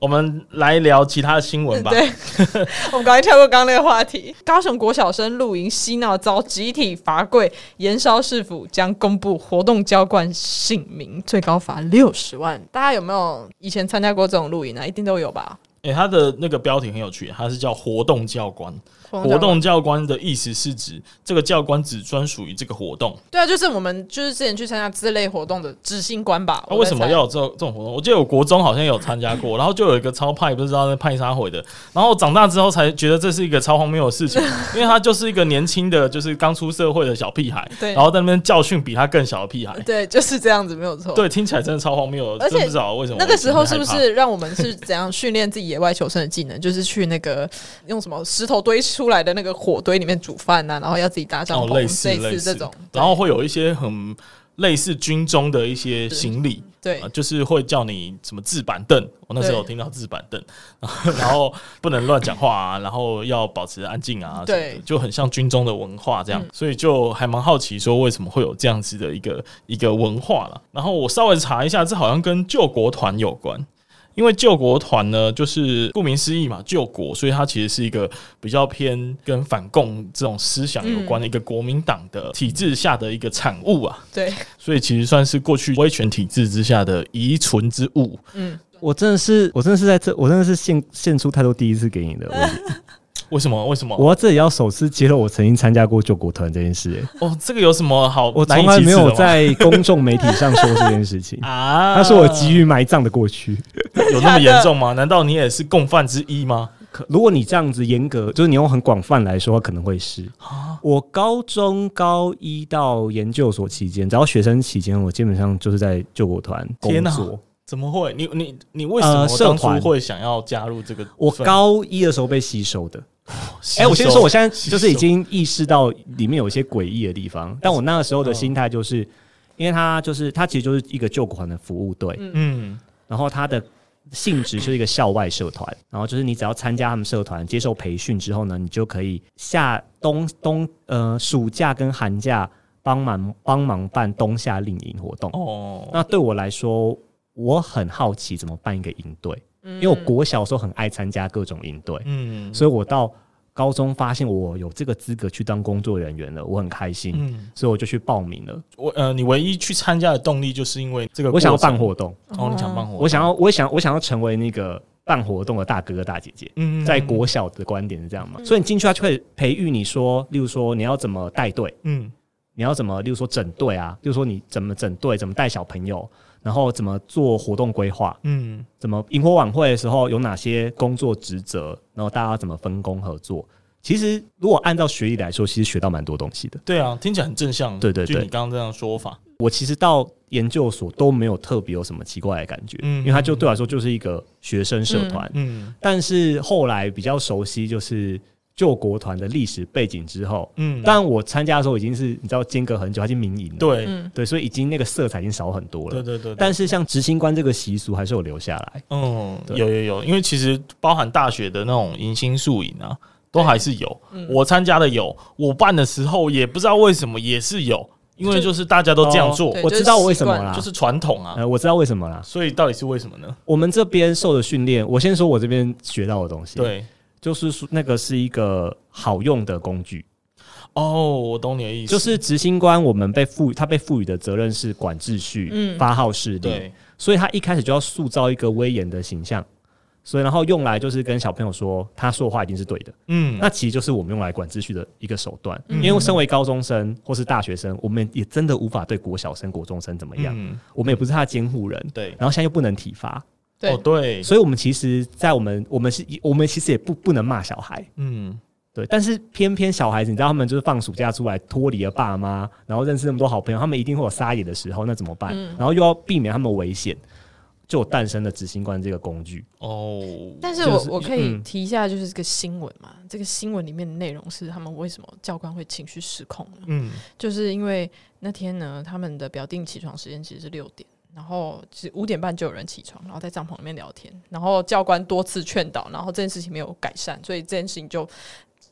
[SPEAKER 3] 我们来聊其他的新闻吧。
[SPEAKER 5] 对， 我们赶快跳过刚刚那个话题。高雄国小生露营嬉闹遭集体罚跪，延烧市府将公布活动浇灌姓名，最高罚六十万。大家有没有以前参加过这种露营啊？一定都有吧？
[SPEAKER 3] 诶、他的那个标题很有趣，他是叫活动教官。
[SPEAKER 5] 活
[SPEAKER 3] 活动教官的意思是指这个教官只专属于这个活动。
[SPEAKER 5] 对啊，就是我们就是之前去参加之类活动的执行官吧。
[SPEAKER 3] 那、
[SPEAKER 5] 我
[SPEAKER 3] 啊为
[SPEAKER 5] 在
[SPEAKER 3] 什么
[SPEAKER 5] 猜
[SPEAKER 3] 要有这种这种活动？我记得我国中好像有参加 过，然后就有一个超派，不知道那派啥回的。然后长大之后才觉得这是一个超荒谬的事 情，因为他就是一个年轻的，就是刚出社会的小屁孩，
[SPEAKER 5] 对
[SPEAKER 3] 然后在那边教训比他更小的屁孩。
[SPEAKER 5] 对，就是这样子，没有错。，
[SPEAKER 3] 对，听起来真的超荒谬的，
[SPEAKER 5] 而且
[SPEAKER 3] 真不知道为什么
[SPEAKER 5] 那个时候是不
[SPEAKER 3] 我以前会害
[SPEAKER 5] 是让我们是怎样训练自己野外求生的技能？就是去那个用什么石头堆出来的那个火堆里面煮饭呐、然后要自己搭
[SPEAKER 3] 怕
[SPEAKER 5] 帐篷，
[SPEAKER 3] 哦，类似
[SPEAKER 5] 似这种。
[SPEAKER 3] 然后会有一些很类似军中的一些行李，
[SPEAKER 5] 对
[SPEAKER 3] 啊，就是会叫你什么制板凳，我那时候有
[SPEAKER 5] 对
[SPEAKER 3] 听到制板凳， 然后不能乱讲话啊，然后要保持安静啊，什么的
[SPEAKER 5] 对嗯
[SPEAKER 3] 就很像军中的文化这样，所以就还蛮好奇说为什么会有这样子的一个一个文化了。然后我稍微查一下，这好像跟救国团有关。因为救国团呢，就是顾名思义嘛，救国，所以它其实是一个比较偏跟反共这种思想
[SPEAKER 5] 嗯
[SPEAKER 3] 有关的一个国民党的体制下的一个产物啊。
[SPEAKER 5] 对，
[SPEAKER 3] 所以其实算是过去威权体制之下的遗存之物。
[SPEAKER 5] 嗯，
[SPEAKER 4] 我真的是，我真的是在这，我真的是献献出太多第一次给你 的。我
[SPEAKER 3] 为什么？为什么？
[SPEAKER 4] 我要这里要首次揭露我曾经参加过救国团这件事、欸
[SPEAKER 3] 哦，这个有什么好？
[SPEAKER 4] 我
[SPEAKER 3] 难以
[SPEAKER 4] 从来
[SPEAKER 3] 启齿
[SPEAKER 4] 没
[SPEAKER 3] 的
[SPEAKER 4] 有
[SPEAKER 3] 吗。
[SPEAKER 4] 在公众媒体上说这件事情
[SPEAKER 3] 啊，
[SPEAKER 4] 它是我急于埋葬的过去。
[SPEAKER 3] 有那么严重 吗？难道你也是共犯之一吗？
[SPEAKER 4] 可如果你这样子严格，就是你用很广泛来说，可能会是。
[SPEAKER 3] 哦
[SPEAKER 4] 我高中高一到研究所期间，只要学生期间，我基本上就是在救国团工
[SPEAKER 3] 天哪
[SPEAKER 4] 作。
[SPEAKER 3] 怎么会？你你你为什么
[SPEAKER 4] 呃社
[SPEAKER 3] 当初
[SPEAKER 4] 团
[SPEAKER 3] 会想要加入这个分？
[SPEAKER 4] 我高一的时候被吸收的。
[SPEAKER 3] 吸
[SPEAKER 4] 哎、
[SPEAKER 3] 收，
[SPEAKER 4] 我先说，我现在
[SPEAKER 3] 吸
[SPEAKER 4] 就是已
[SPEAKER 3] 收
[SPEAKER 4] 经意识到里面有一些诡异的地方，但我那个时
[SPEAKER 3] 嗯
[SPEAKER 4] 候的心态就是，因为它就是它其实就是一个救国团的服务队，
[SPEAKER 3] 嗯，
[SPEAKER 4] 然后它的性质就是一个校外社团，然后就是你只要参加他们社团，接受培训之后呢，你就可以下冬冬呃暑假跟寒假帮忙帮忙办冬夏令营活动。
[SPEAKER 3] 哦，
[SPEAKER 4] 那对我来说，我很好奇怎么办一个营队，因为我国小的时候很爱参加各种营队，
[SPEAKER 3] 嗯
[SPEAKER 4] 所以我到高中发现我有这个资格去当工作人员了，我很开心，
[SPEAKER 3] 嗯，
[SPEAKER 4] 所以我就去报名了。
[SPEAKER 3] 我呃，你唯一去参加的动力就是因为这个，
[SPEAKER 4] 我想要办，活动，
[SPEAKER 3] 哦，你想办活，
[SPEAKER 4] 我想要，我想，我想要成为那个办活动的大哥哥大姐姐。
[SPEAKER 3] 嗯，嗯
[SPEAKER 4] 在国小的观点是这样嘛，所以你进去他就会培育你说，例如说你要怎么带队，
[SPEAKER 3] 嗯
[SPEAKER 4] 你要怎么，例如说整队啊，例如说你怎么整队，怎么带小朋友，然后怎么做活动规划，
[SPEAKER 3] 嗯
[SPEAKER 4] 怎么萤火晚会的时候有哪些工作职责，然后大家怎么分工合作。其实如果按照学历来说，其实学到蛮多东西的。
[SPEAKER 3] 对啊，听起来很正向，
[SPEAKER 4] 对对
[SPEAKER 3] 就
[SPEAKER 4] 对
[SPEAKER 3] 你刚刚这样说法，
[SPEAKER 4] 我其实到研究所都没有特别有什么奇怪的感觉，
[SPEAKER 3] 嗯
[SPEAKER 4] 因为它就对我来说就是一个学生社团。
[SPEAKER 3] 嗯
[SPEAKER 4] 但是后来比较熟悉就是救国团的历史背景之后，
[SPEAKER 3] 嗯，
[SPEAKER 4] 但我参加的时候已经是你知道间隔很久，它已经民营了，
[SPEAKER 3] 对
[SPEAKER 5] 嗯，
[SPEAKER 4] 对，所以已经那个色彩已经少很多
[SPEAKER 3] 对
[SPEAKER 4] 了。
[SPEAKER 3] 对对，
[SPEAKER 4] 但是像执行官这个习俗还是有留下来，
[SPEAKER 3] 嗯，
[SPEAKER 4] 对
[SPEAKER 3] 有有有，因为其实包含大学的那种迎新宿营啊，都还是有。我参加的有，我办的时候也不知道为什么也是有，因为就是大家都这样做，
[SPEAKER 5] 哦对
[SPEAKER 4] 我
[SPEAKER 5] 就是
[SPEAKER 4] 知道我为什么
[SPEAKER 5] 习惯
[SPEAKER 4] 啦，
[SPEAKER 3] 就是传统啊。
[SPEAKER 4] 呃，我知道为什么啦。
[SPEAKER 3] 所以到底是为什么呢？
[SPEAKER 4] 我们这边受的训练，我先说我这边学到的东西，，
[SPEAKER 3] 对，
[SPEAKER 4] 就是说那个是一个好用的工具，
[SPEAKER 3] 哦，我懂你的意思，
[SPEAKER 4] 就是执行官我们被赋予他被赋予的责任是管秩序、
[SPEAKER 5] 嗯
[SPEAKER 4] 发号施令，
[SPEAKER 3] 对，
[SPEAKER 4] 所以他一开始就要塑造一个威严的形象，所以然后用来就是跟小朋友说他说的话一定是对的，
[SPEAKER 3] 嗯，
[SPEAKER 4] 那其实就是我们用来管秩序的一个手段，
[SPEAKER 3] 嗯
[SPEAKER 4] 因为身为高中生或是大学生，我们也真的无法对国小生、国中生怎么样，
[SPEAKER 3] 嗯，
[SPEAKER 4] 我们也不是他的监护人。
[SPEAKER 3] 对，
[SPEAKER 4] 然后现在又不能体罚，
[SPEAKER 5] 对
[SPEAKER 3] 哦，对，
[SPEAKER 4] 所以我们其实，在我们我们是，我们其实也不不能骂小孩，
[SPEAKER 3] 嗯，
[SPEAKER 4] 对。但是偏偏小孩子，你知道他们就是放暑假出来，脱离了爸妈，然后认识那么多好朋友，他们一定会有撒野的时候，那怎么办？然后又要避免他们危险，就诞生了执行官这个工具。
[SPEAKER 3] 哦，
[SPEAKER 5] 但是我
[SPEAKER 4] 就是
[SPEAKER 5] 我可以
[SPEAKER 4] 嗯
[SPEAKER 5] 提一下，就是这个新闻嘛，这个新闻里面的内容是他们为什么教官会情绪失控呢？
[SPEAKER 3] 嗯，
[SPEAKER 5] 就是因为那天呢，他们的表定起床时间其实是六点，然后是五点半就有人起床，然后在帐篷里面聊天，然后教官多次劝导，然后这件事情没有改善，所以这件事情就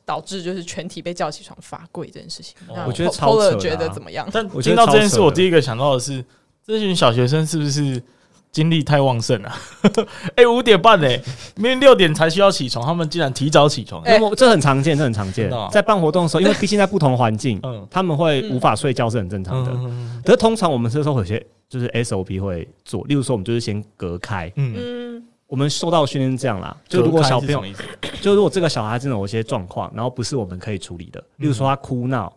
[SPEAKER 5] 导致就是全体被叫起床罚跪这件事情。
[SPEAKER 3] 哦
[SPEAKER 5] 那
[SPEAKER 4] 我觉得
[SPEAKER 5] Po-
[SPEAKER 4] 超扯
[SPEAKER 5] Polar
[SPEAKER 4] 的啊
[SPEAKER 5] 觉得怎么样？
[SPEAKER 3] 但
[SPEAKER 4] 我觉
[SPEAKER 3] 听
[SPEAKER 4] 得
[SPEAKER 3] 到
[SPEAKER 4] 超
[SPEAKER 3] 这件事，
[SPEAKER 4] 扯
[SPEAKER 3] 我
[SPEAKER 4] 的
[SPEAKER 3] 第一个想到的是，这群小学生是不是精力太旺盛了。 哎、五点半哎、明明六点才需要起床，他们竟然提早起床。欸
[SPEAKER 5] 哎
[SPEAKER 4] 那么这很常见，这很常
[SPEAKER 3] 真
[SPEAKER 4] 见
[SPEAKER 3] 的哦。
[SPEAKER 4] 在办活动的时候，因为毕竟在不同环境
[SPEAKER 3] 嗯，
[SPEAKER 4] 他们会无法睡觉是很正常的。
[SPEAKER 3] 嗯
[SPEAKER 4] 可是通常我们这时候有些就是 SOP 会做，例如说我们就是先隔开。
[SPEAKER 3] 嗯，
[SPEAKER 5] 嗯，
[SPEAKER 4] 我们受到的训练是这样啦，就如果小朋友
[SPEAKER 3] 隔开是什么意思
[SPEAKER 4] 就如果这个小孩真的有一些状况，然后不是我们可以处理的，
[SPEAKER 3] 嗯
[SPEAKER 4] 例如说他哭闹，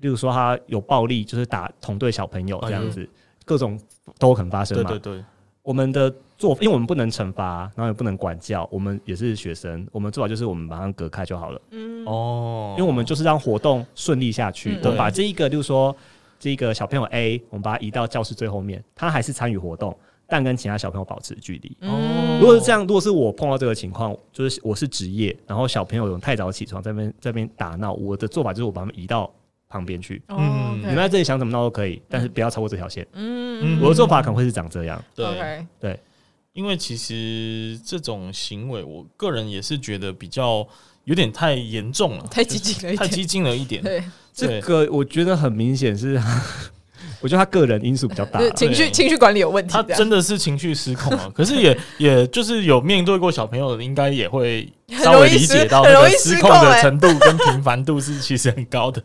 [SPEAKER 4] 例如说他有暴力，就是打同队小朋友这样子，各种都有可能发生
[SPEAKER 3] 对
[SPEAKER 4] 嘛。
[SPEAKER 3] 哎对对，
[SPEAKER 4] 我们的做，因为我们不能惩罚，然后也不能管教，我们也是学生，我们做法就是我们把它隔开就好了，
[SPEAKER 3] 哦
[SPEAKER 4] 因为我们就是让活动顺利下去
[SPEAKER 5] 嗯。
[SPEAKER 4] 我们把这一个，例如说这个小朋友 A，我们把他移到教室最后面，他还是参与活动，但跟其他小朋友保持距离。
[SPEAKER 3] 哦
[SPEAKER 5] 嗯
[SPEAKER 4] 如果是这样，如果是我碰到这个情况，就是我是职业，然后小朋友有太早起床，在那边在那边打闹，我的做法就是我把他们移到旁边去。
[SPEAKER 5] 嗯，
[SPEAKER 4] 你们
[SPEAKER 5] 你
[SPEAKER 4] 在这里想怎么闹都可以，但是不要超过这条线。
[SPEAKER 5] 嗯
[SPEAKER 4] 我的做法可能会是长这样。
[SPEAKER 3] 对
[SPEAKER 5] OK，
[SPEAKER 3] 因为其实这种行为，我个人也是觉得比较有点太严重了，
[SPEAKER 5] 太激进了一
[SPEAKER 3] 太
[SPEAKER 5] 点，
[SPEAKER 3] 激进了一点。
[SPEAKER 5] 对，
[SPEAKER 4] 这
[SPEAKER 3] 对
[SPEAKER 4] 个我觉得很明显是， 我觉得他个人因素比较大
[SPEAKER 5] 就。是 情绪
[SPEAKER 3] 对
[SPEAKER 5] 情绪管理有问 题
[SPEAKER 3] 他，
[SPEAKER 5] 这样
[SPEAKER 3] 真的是情绪失控了，啊可是也也就是有面对过小朋友的，应该也会稍微理解到那
[SPEAKER 5] 很容
[SPEAKER 3] 个
[SPEAKER 5] 易
[SPEAKER 3] 失
[SPEAKER 5] 失
[SPEAKER 3] 控
[SPEAKER 5] 很容易
[SPEAKER 3] 的
[SPEAKER 5] 失
[SPEAKER 3] 程度跟频繁度是其实很高的。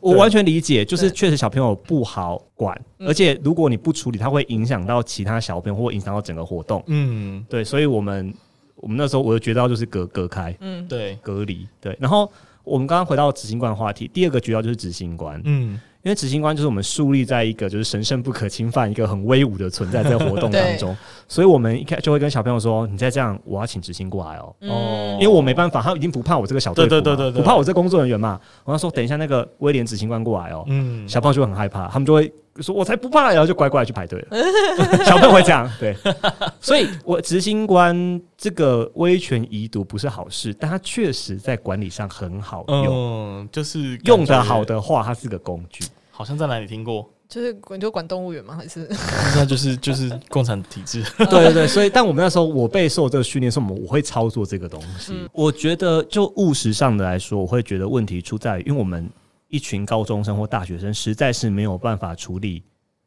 [SPEAKER 4] 我完全理解，就是
[SPEAKER 5] 对
[SPEAKER 4] 确实小朋友不好管，
[SPEAKER 5] 嗯
[SPEAKER 4] 而且如果你不处理，他会影响到其他小朋友，或影响到整个活动。
[SPEAKER 3] 嗯，
[SPEAKER 4] 对，所以我们我们那时候我就觉得就是隔隔开。
[SPEAKER 5] 嗯，
[SPEAKER 3] 对，
[SPEAKER 4] 隔离。对，然后我们刚刚回到执行官的话题，第二个渠道就是执行官，
[SPEAKER 3] 嗯，
[SPEAKER 4] 因为执行官就是我们树立在一个就是神圣不可侵犯、一个很威武的存在在活动当中，所以我们一开就会跟小朋友说：“你再这样，我要请执行过来
[SPEAKER 5] 嗯
[SPEAKER 4] 哦。”
[SPEAKER 3] 哦
[SPEAKER 4] 因为我没办法，他已经不怕我这个小队
[SPEAKER 3] 对
[SPEAKER 4] 服嘛，
[SPEAKER 3] 对对对对
[SPEAKER 4] 不怕我这工作人员嘛。我要说，等一下那个威廉执行官过来哦，
[SPEAKER 3] 嗯，
[SPEAKER 4] 小朋友就会很害怕，他们就会说：“我才不怕！”然后就乖乖地去排队了。 小朋友会这样，对。 所以，我执行官这个威权遗毒不是好事，但它确实在管理上很好用。
[SPEAKER 3] 嗯，就是感觉
[SPEAKER 4] 用的好，的话，它是个工具。
[SPEAKER 3] 好像在哪里听过，
[SPEAKER 5] 就是你就管动物园吗？还是
[SPEAKER 3] 那就是就是共产体制。
[SPEAKER 4] 对对对，所以，但我们那时候我被受这个训练，是我们我会操作这个东西。我觉得，就务实上的来说，我会觉得问题出在于，因为我们一群高中生或大学生实在是没有办法处理。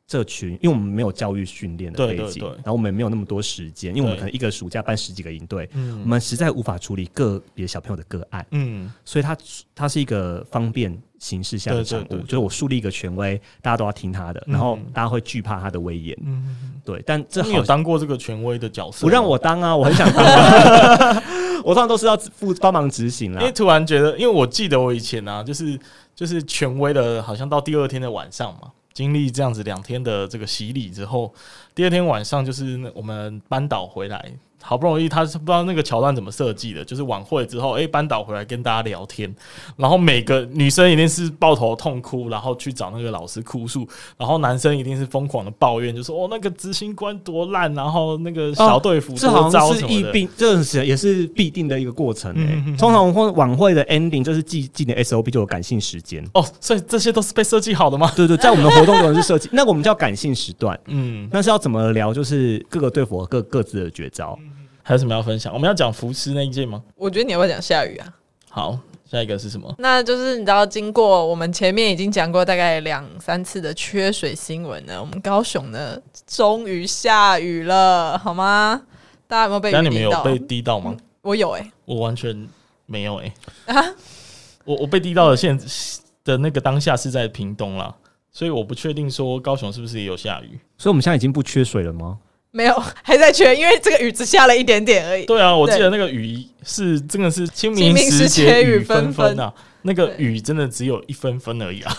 [SPEAKER 4] 这群，因为我们没有教育训练的
[SPEAKER 3] 对
[SPEAKER 4] 背
[SPEAKER 3] 对
[SPEAKER 4] 景，
[SPEAKER 3] 对
[SPEAKER 4] 然后我们也没有那么多时间，因为我们
[SPEAKER 3] 对
[SPEAKER 4] 可能一个暑假办十几个营队，
[SPEAKER 3] 嗯
[SPEAKER 4] 我们实在无法处理个别小朋友的个案，
[SPEAKER 3] 嗯，
[SPEAKER 4] 所以它它是一个方便形式下的
[SPEAKER 3] 对对
[SPEAKER 4] 产物，
[SPEAKER 3] 对对
[SPEAKER 4] 就是我树立一个权威，大家都要听他的，然后
[SPEAKER 3] 嗯
[SPEAKER 4] 大家会惧怕他的威严，
[SPEAKER 3] 嗯
[SPEAKER 4] 对，但这
[SPEAKER 3] 你
[SPEAKER 4] 好
[SPEAKER 3] 有当过这个权威的角色吗？
[SPEAKER 4] 不让我当啊，我很想当、啊 我通常都是要负帮忙执行啦
[SPEAKER 3] 因为。突然觉得，因为我记得我以前啊，就是就是权威的，好像到第二天的晚上嘛，经历这样子两天的这个洗礼之后，第二天晚上就是那我们班导回来，好不容易他是不知道那个桥段怎么设计的，就是晚会之后，诶，班导回来跟大家聊天，然后每个女生一定是抱头痛哭，然后去找那个老师哭诉，然后男生一定是疯狂的抱怨，就说哦那个执行官多烂，然后那个小队服
[SPEAKER 4] 这
[SPEAKER 3] 多
[SPEAKER 4] 好
[SPEAKER 3] 糟
[SPEAKER 4] 像
[SPEAKER 3] 什
[SPEAKER 4] 是
[SPEAKER 3] 么
[SPEAKER 4] 疫
[SPEAKER 3] 的。
[SPEAKER 4] 病，这是也是必定的一个过程诶、
[SPEAKER 3] 嗯嗯嗯
[SPEAKER 4] 通常或晚会的 ending 就是既既定的 SOP 就有感性时间，
[SPEAKER 3] 哦，所以 这些都是被设计好的吗？
[SPEAKER 4] 对对，在我们的活动中是设计，那个我们叫感性时段。
[SPEAKER 3] 嗯，
[SPEAKER 4] 那是要怎么聊？就是各个队服和各各自的绝招。
[SPEAKER 3] 还有什么要分享？我们要讲服饰那一件吗？
[SPEAKER 5] 我觉得你要不要讲下雨啊？
[SPEAKER 3] 好，下一个是什么？
[SPEAKER 5] 那就是你知道，经过我们前面已经讲过大概两三次的缺水新闻呢，我们高雄呢终于下雨了，好吗？大家有没有被
[SPEAKER 3] 那你们
[SPEAKER 5] 雨淋
[SPEAKER 3] 有
[SPEAKER 5] 到？
[SPEAKER 3] 被滴到吗？
[SPEAKER 5] 我有啊哎、
[SPEAKER 3] 我完全没有哎、我我被滴到的现的那个当下是在屏东啦，所以我不确定说高雄是不是也有下雨。
[SPEAKER 4] 所以我们现在已经不缺水了吗？
[SPEAKER 5] 没有，还在缺，因为这个雨只下了一点点而已。
[SPEAKER 3] 对啊，我记
[SPEAKER 5] 对
[SPEAKER 3] 得那个雨是真的是清
[SPEAKER 5] 清
[SPEAKER 3] 明
[SPEAKER 5] 明时节
[SPEAKER 3] 节
[SPEAKER 5] 雨
[SPEAKER 3] 雨
[SPEAKER 5] 纷
[SPEAKER 3] 纷
[SPEAKER 5] 纷
[SPEAKER 3] 纷啊，那个
[SPEAKER 5] 对
[SPEAKER 3] 雨真的只有一分分而已啊。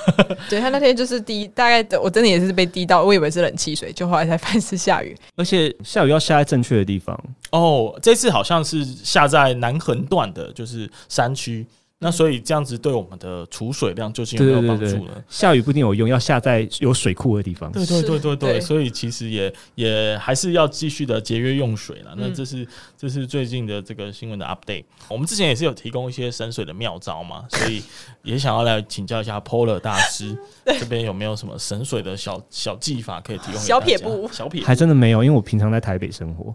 [SPEAKER 5] 对他那天就是滴，大概的我真的也是被滴到，我以为是冷气水，就后来才发现是下雨。
[SPEAKER 4] 而且下雨要下在正确的地方。
[SPEAKER 3] 哦，这次好像是下在南横段的，就是山区。那所以这样子对我们的储水量究竟有没有帮助呢？
[SPEAKER 4] 下雨不一定有用，要下在有水库的地方。
[SPEAKER 3] 对对
[SPEAKER 5] 是
[SPEAKER 3] 对对对，
[SPEAKER 5] 对
[SPEAKER 3] 所以其实也也还是要继续的节约用水了。那
[SPEAKER 5] 嗯
[SPEAKER 3] 这是、这是最近的这个新闻的 update。我们之前也是有提供一些省水的妙招嘛， 所以也想要来请教一下 Polar 大师，这边有没有什么省水的小小技法可以提供给
[SPEAKER 5] 小
[SPEAKER 3] 大家
[SPEAKER 5] 撇步
[SPEAKER 3] 小撇步
[SPEAKER 4] 还真的没有，因为我平常在台北生活，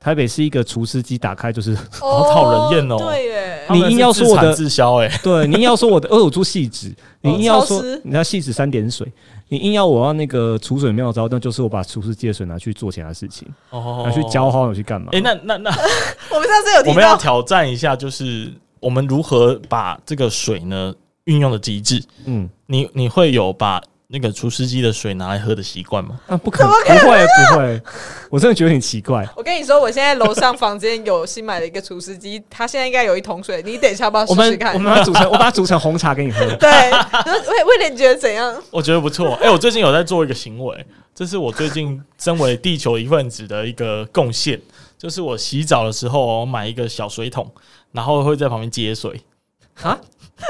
[SPEAKER 4] 台北是一个厨师机打开就是，
[SPEAKER 3] 好讨人厌哦
[SPEAKER 5] 对耶，
[SPEAKER 3] 他们是
[SPEAKER 4] 你硬要说我的
[SPEAKER 3] 自哦产自销哎、
[SPEAKER 4] 对，你硬要说我的恶主细致，你硬要说
[SPEAKER 5] 超湿
[SPEAKER 4] 你要细致三点水，你硬要我要那个储水妙招，那就是我把厨师机的水拿去做其他事情，
[SPEAKER 3] 哦
[SPEAKER 4] 拿去浇花，我去干嘛？
[SPEAKER 3] 哎、那那 那
[SPEAKER 5] 我们上次有
[SPEAKER 3] 我
[SPEAKER 5] 提
[SPEAKER 3] 们要
[SPEAKER 5] 到，
[SPEAKER 3] 挑战一下，就是我们如何把这个水呢运用的极致。
[SPEAKER 4] 嗯，
[SPEAKER 3] 你你会有把那个除湿机的水拿来喝的习惯吗？
[SPEAKER 4] 那不可能，不会不会，我真的觉得很奇怪。
[SPEAKER 5] 我跟你说，我现在楼上房间有新买了一个除湿机，它现在应该有一桶水，你等一下要不要试
[SPEAKER 4] 我
[SPEAKER 5] 试
[SPEAKER 4] 们
[SPEAKER 5] 看
[SPEAKER 4] 我？们把它煮成，我把它煮成红茶给你喝。
[SPEAKER 5] 对，就是威威廉你觉得怎样？
[SPEAKER 3] 我觉得不错。哎、我最近有在做一个行为，这是我最近身为地球一份子的一个贡献，就是我洗澡的时候哦、我买一个小水桶，然后会在旁边接水
[SPEAKER 4] 啊，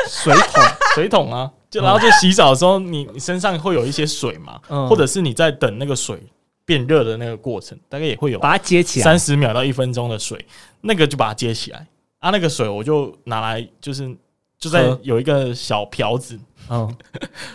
[SPEAKER 3] 水桶 水桶啊，就然后就洗澡的时候，你你身上会有一些水嘛，
[SPEAKER 4] 嗯
[SPEAKER 3] 或者是你在等那个水变热的那个过程，大概也会有
[SPEAKER 4] 把它接起来
[SPEAKER 3] 三，十秒到一分钟的水，那个就把它接起来啊，那个水我就拿来就是就在
[SPEAKER 4] 喝
[SPEAKER 3] 有一个小瓢子，
[SPEAKER 4] 嗯，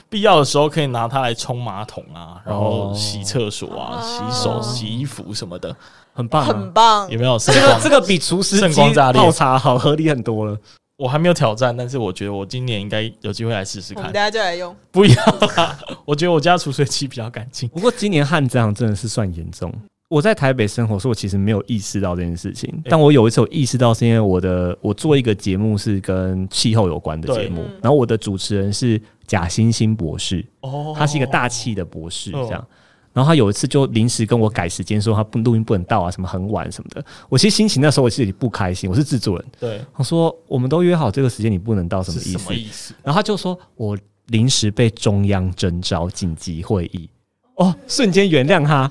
[SPEAKER 3] 必要的时候可以拿它来冲马桶啊，然后
[SPEAKER 4] 哦
[SPEAKER 3] 洗厕所啊、
[SPEAKER 5] 哦
[SPEAKER 3] 洗手、洗衣服什么的，
[SPEAKER 4] 很棒
[SPEAKER 5] 很
[SPEAKER 4] 啊！
[SPEAKER 5] 棒
[SPEAKER 3] 有，没有？
[SPEAKER 4] 这
[SPEAKER 3] 这
[SPEAKER 4] 个这个比厨师
[SPEAKER 3] 圣
[SPEAKER 4] 机
[SPEAKER 3] 光炸裂
[SPEAKER 4] 泡茶好合理很多了。
[SPEAKER 3] 我还没有挑战，但是我觉得我今年应该有机会来试试
[SPEAKER 5] 我
[SPEAKER 3] 看
[SPEAKER 5] 们。大家就来用。
[SPEAKER 3] 不要啦，我觉得我家储水器比较干净。
[SPEAKER 4] 不过今年旱灾真的是算严重。我在台北生活，所以我其实没有意识到这件事情。但我有一次有意识到，是因为我的我做一个节目是跟气候有关的节目
[SPEAKER 5] 对嗯，
[SPEAKER 4] 然后我的主持人是贾欣欣博士，
[SPEAKER 3] 哦
[SPEAKER 4] 他是一个大气的博士，
[SPEAKER 3] 哦
[SPEAKER 4] 这样。然后他有一次就临时跟我改时间，说他不录音不能到啊，什么很晚什么的。我其实心情那时候我自己不开心，我是制作人，
[SPEAKER 3] 对，
[SPEAKER 4] 我说我们都约好这个时间，你不能到什
[SPEAKER 3] 是
[SPEAKER 4] 么意
[SPEAKER 3] 什
[SPEAKER 4] 思
[SPEAKER 3] 么？意思？
[SPEAKER 4] 然后他就说我临时被中央征召紧急会议。哦，瞬间原谅 他，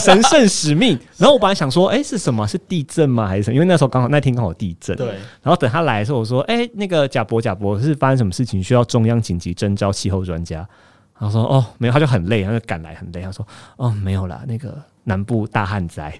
[SPEAKER 4] 神圣使命。然后我本来想说，哎、是什么？是地震吗？还是什么？因为那时候刚好那天刚好地震。
[SPEAKER 3] 对，
[SPEAKER 4] 然后等他来的时候，我说：“哎、那个贾博，贾博是发生什么事情需要中央紧急征召气候专家？”然后说：“哦，没有。”他就很累，他就赶来很累。他说：“哦，没有啦，那个南部大旱灾，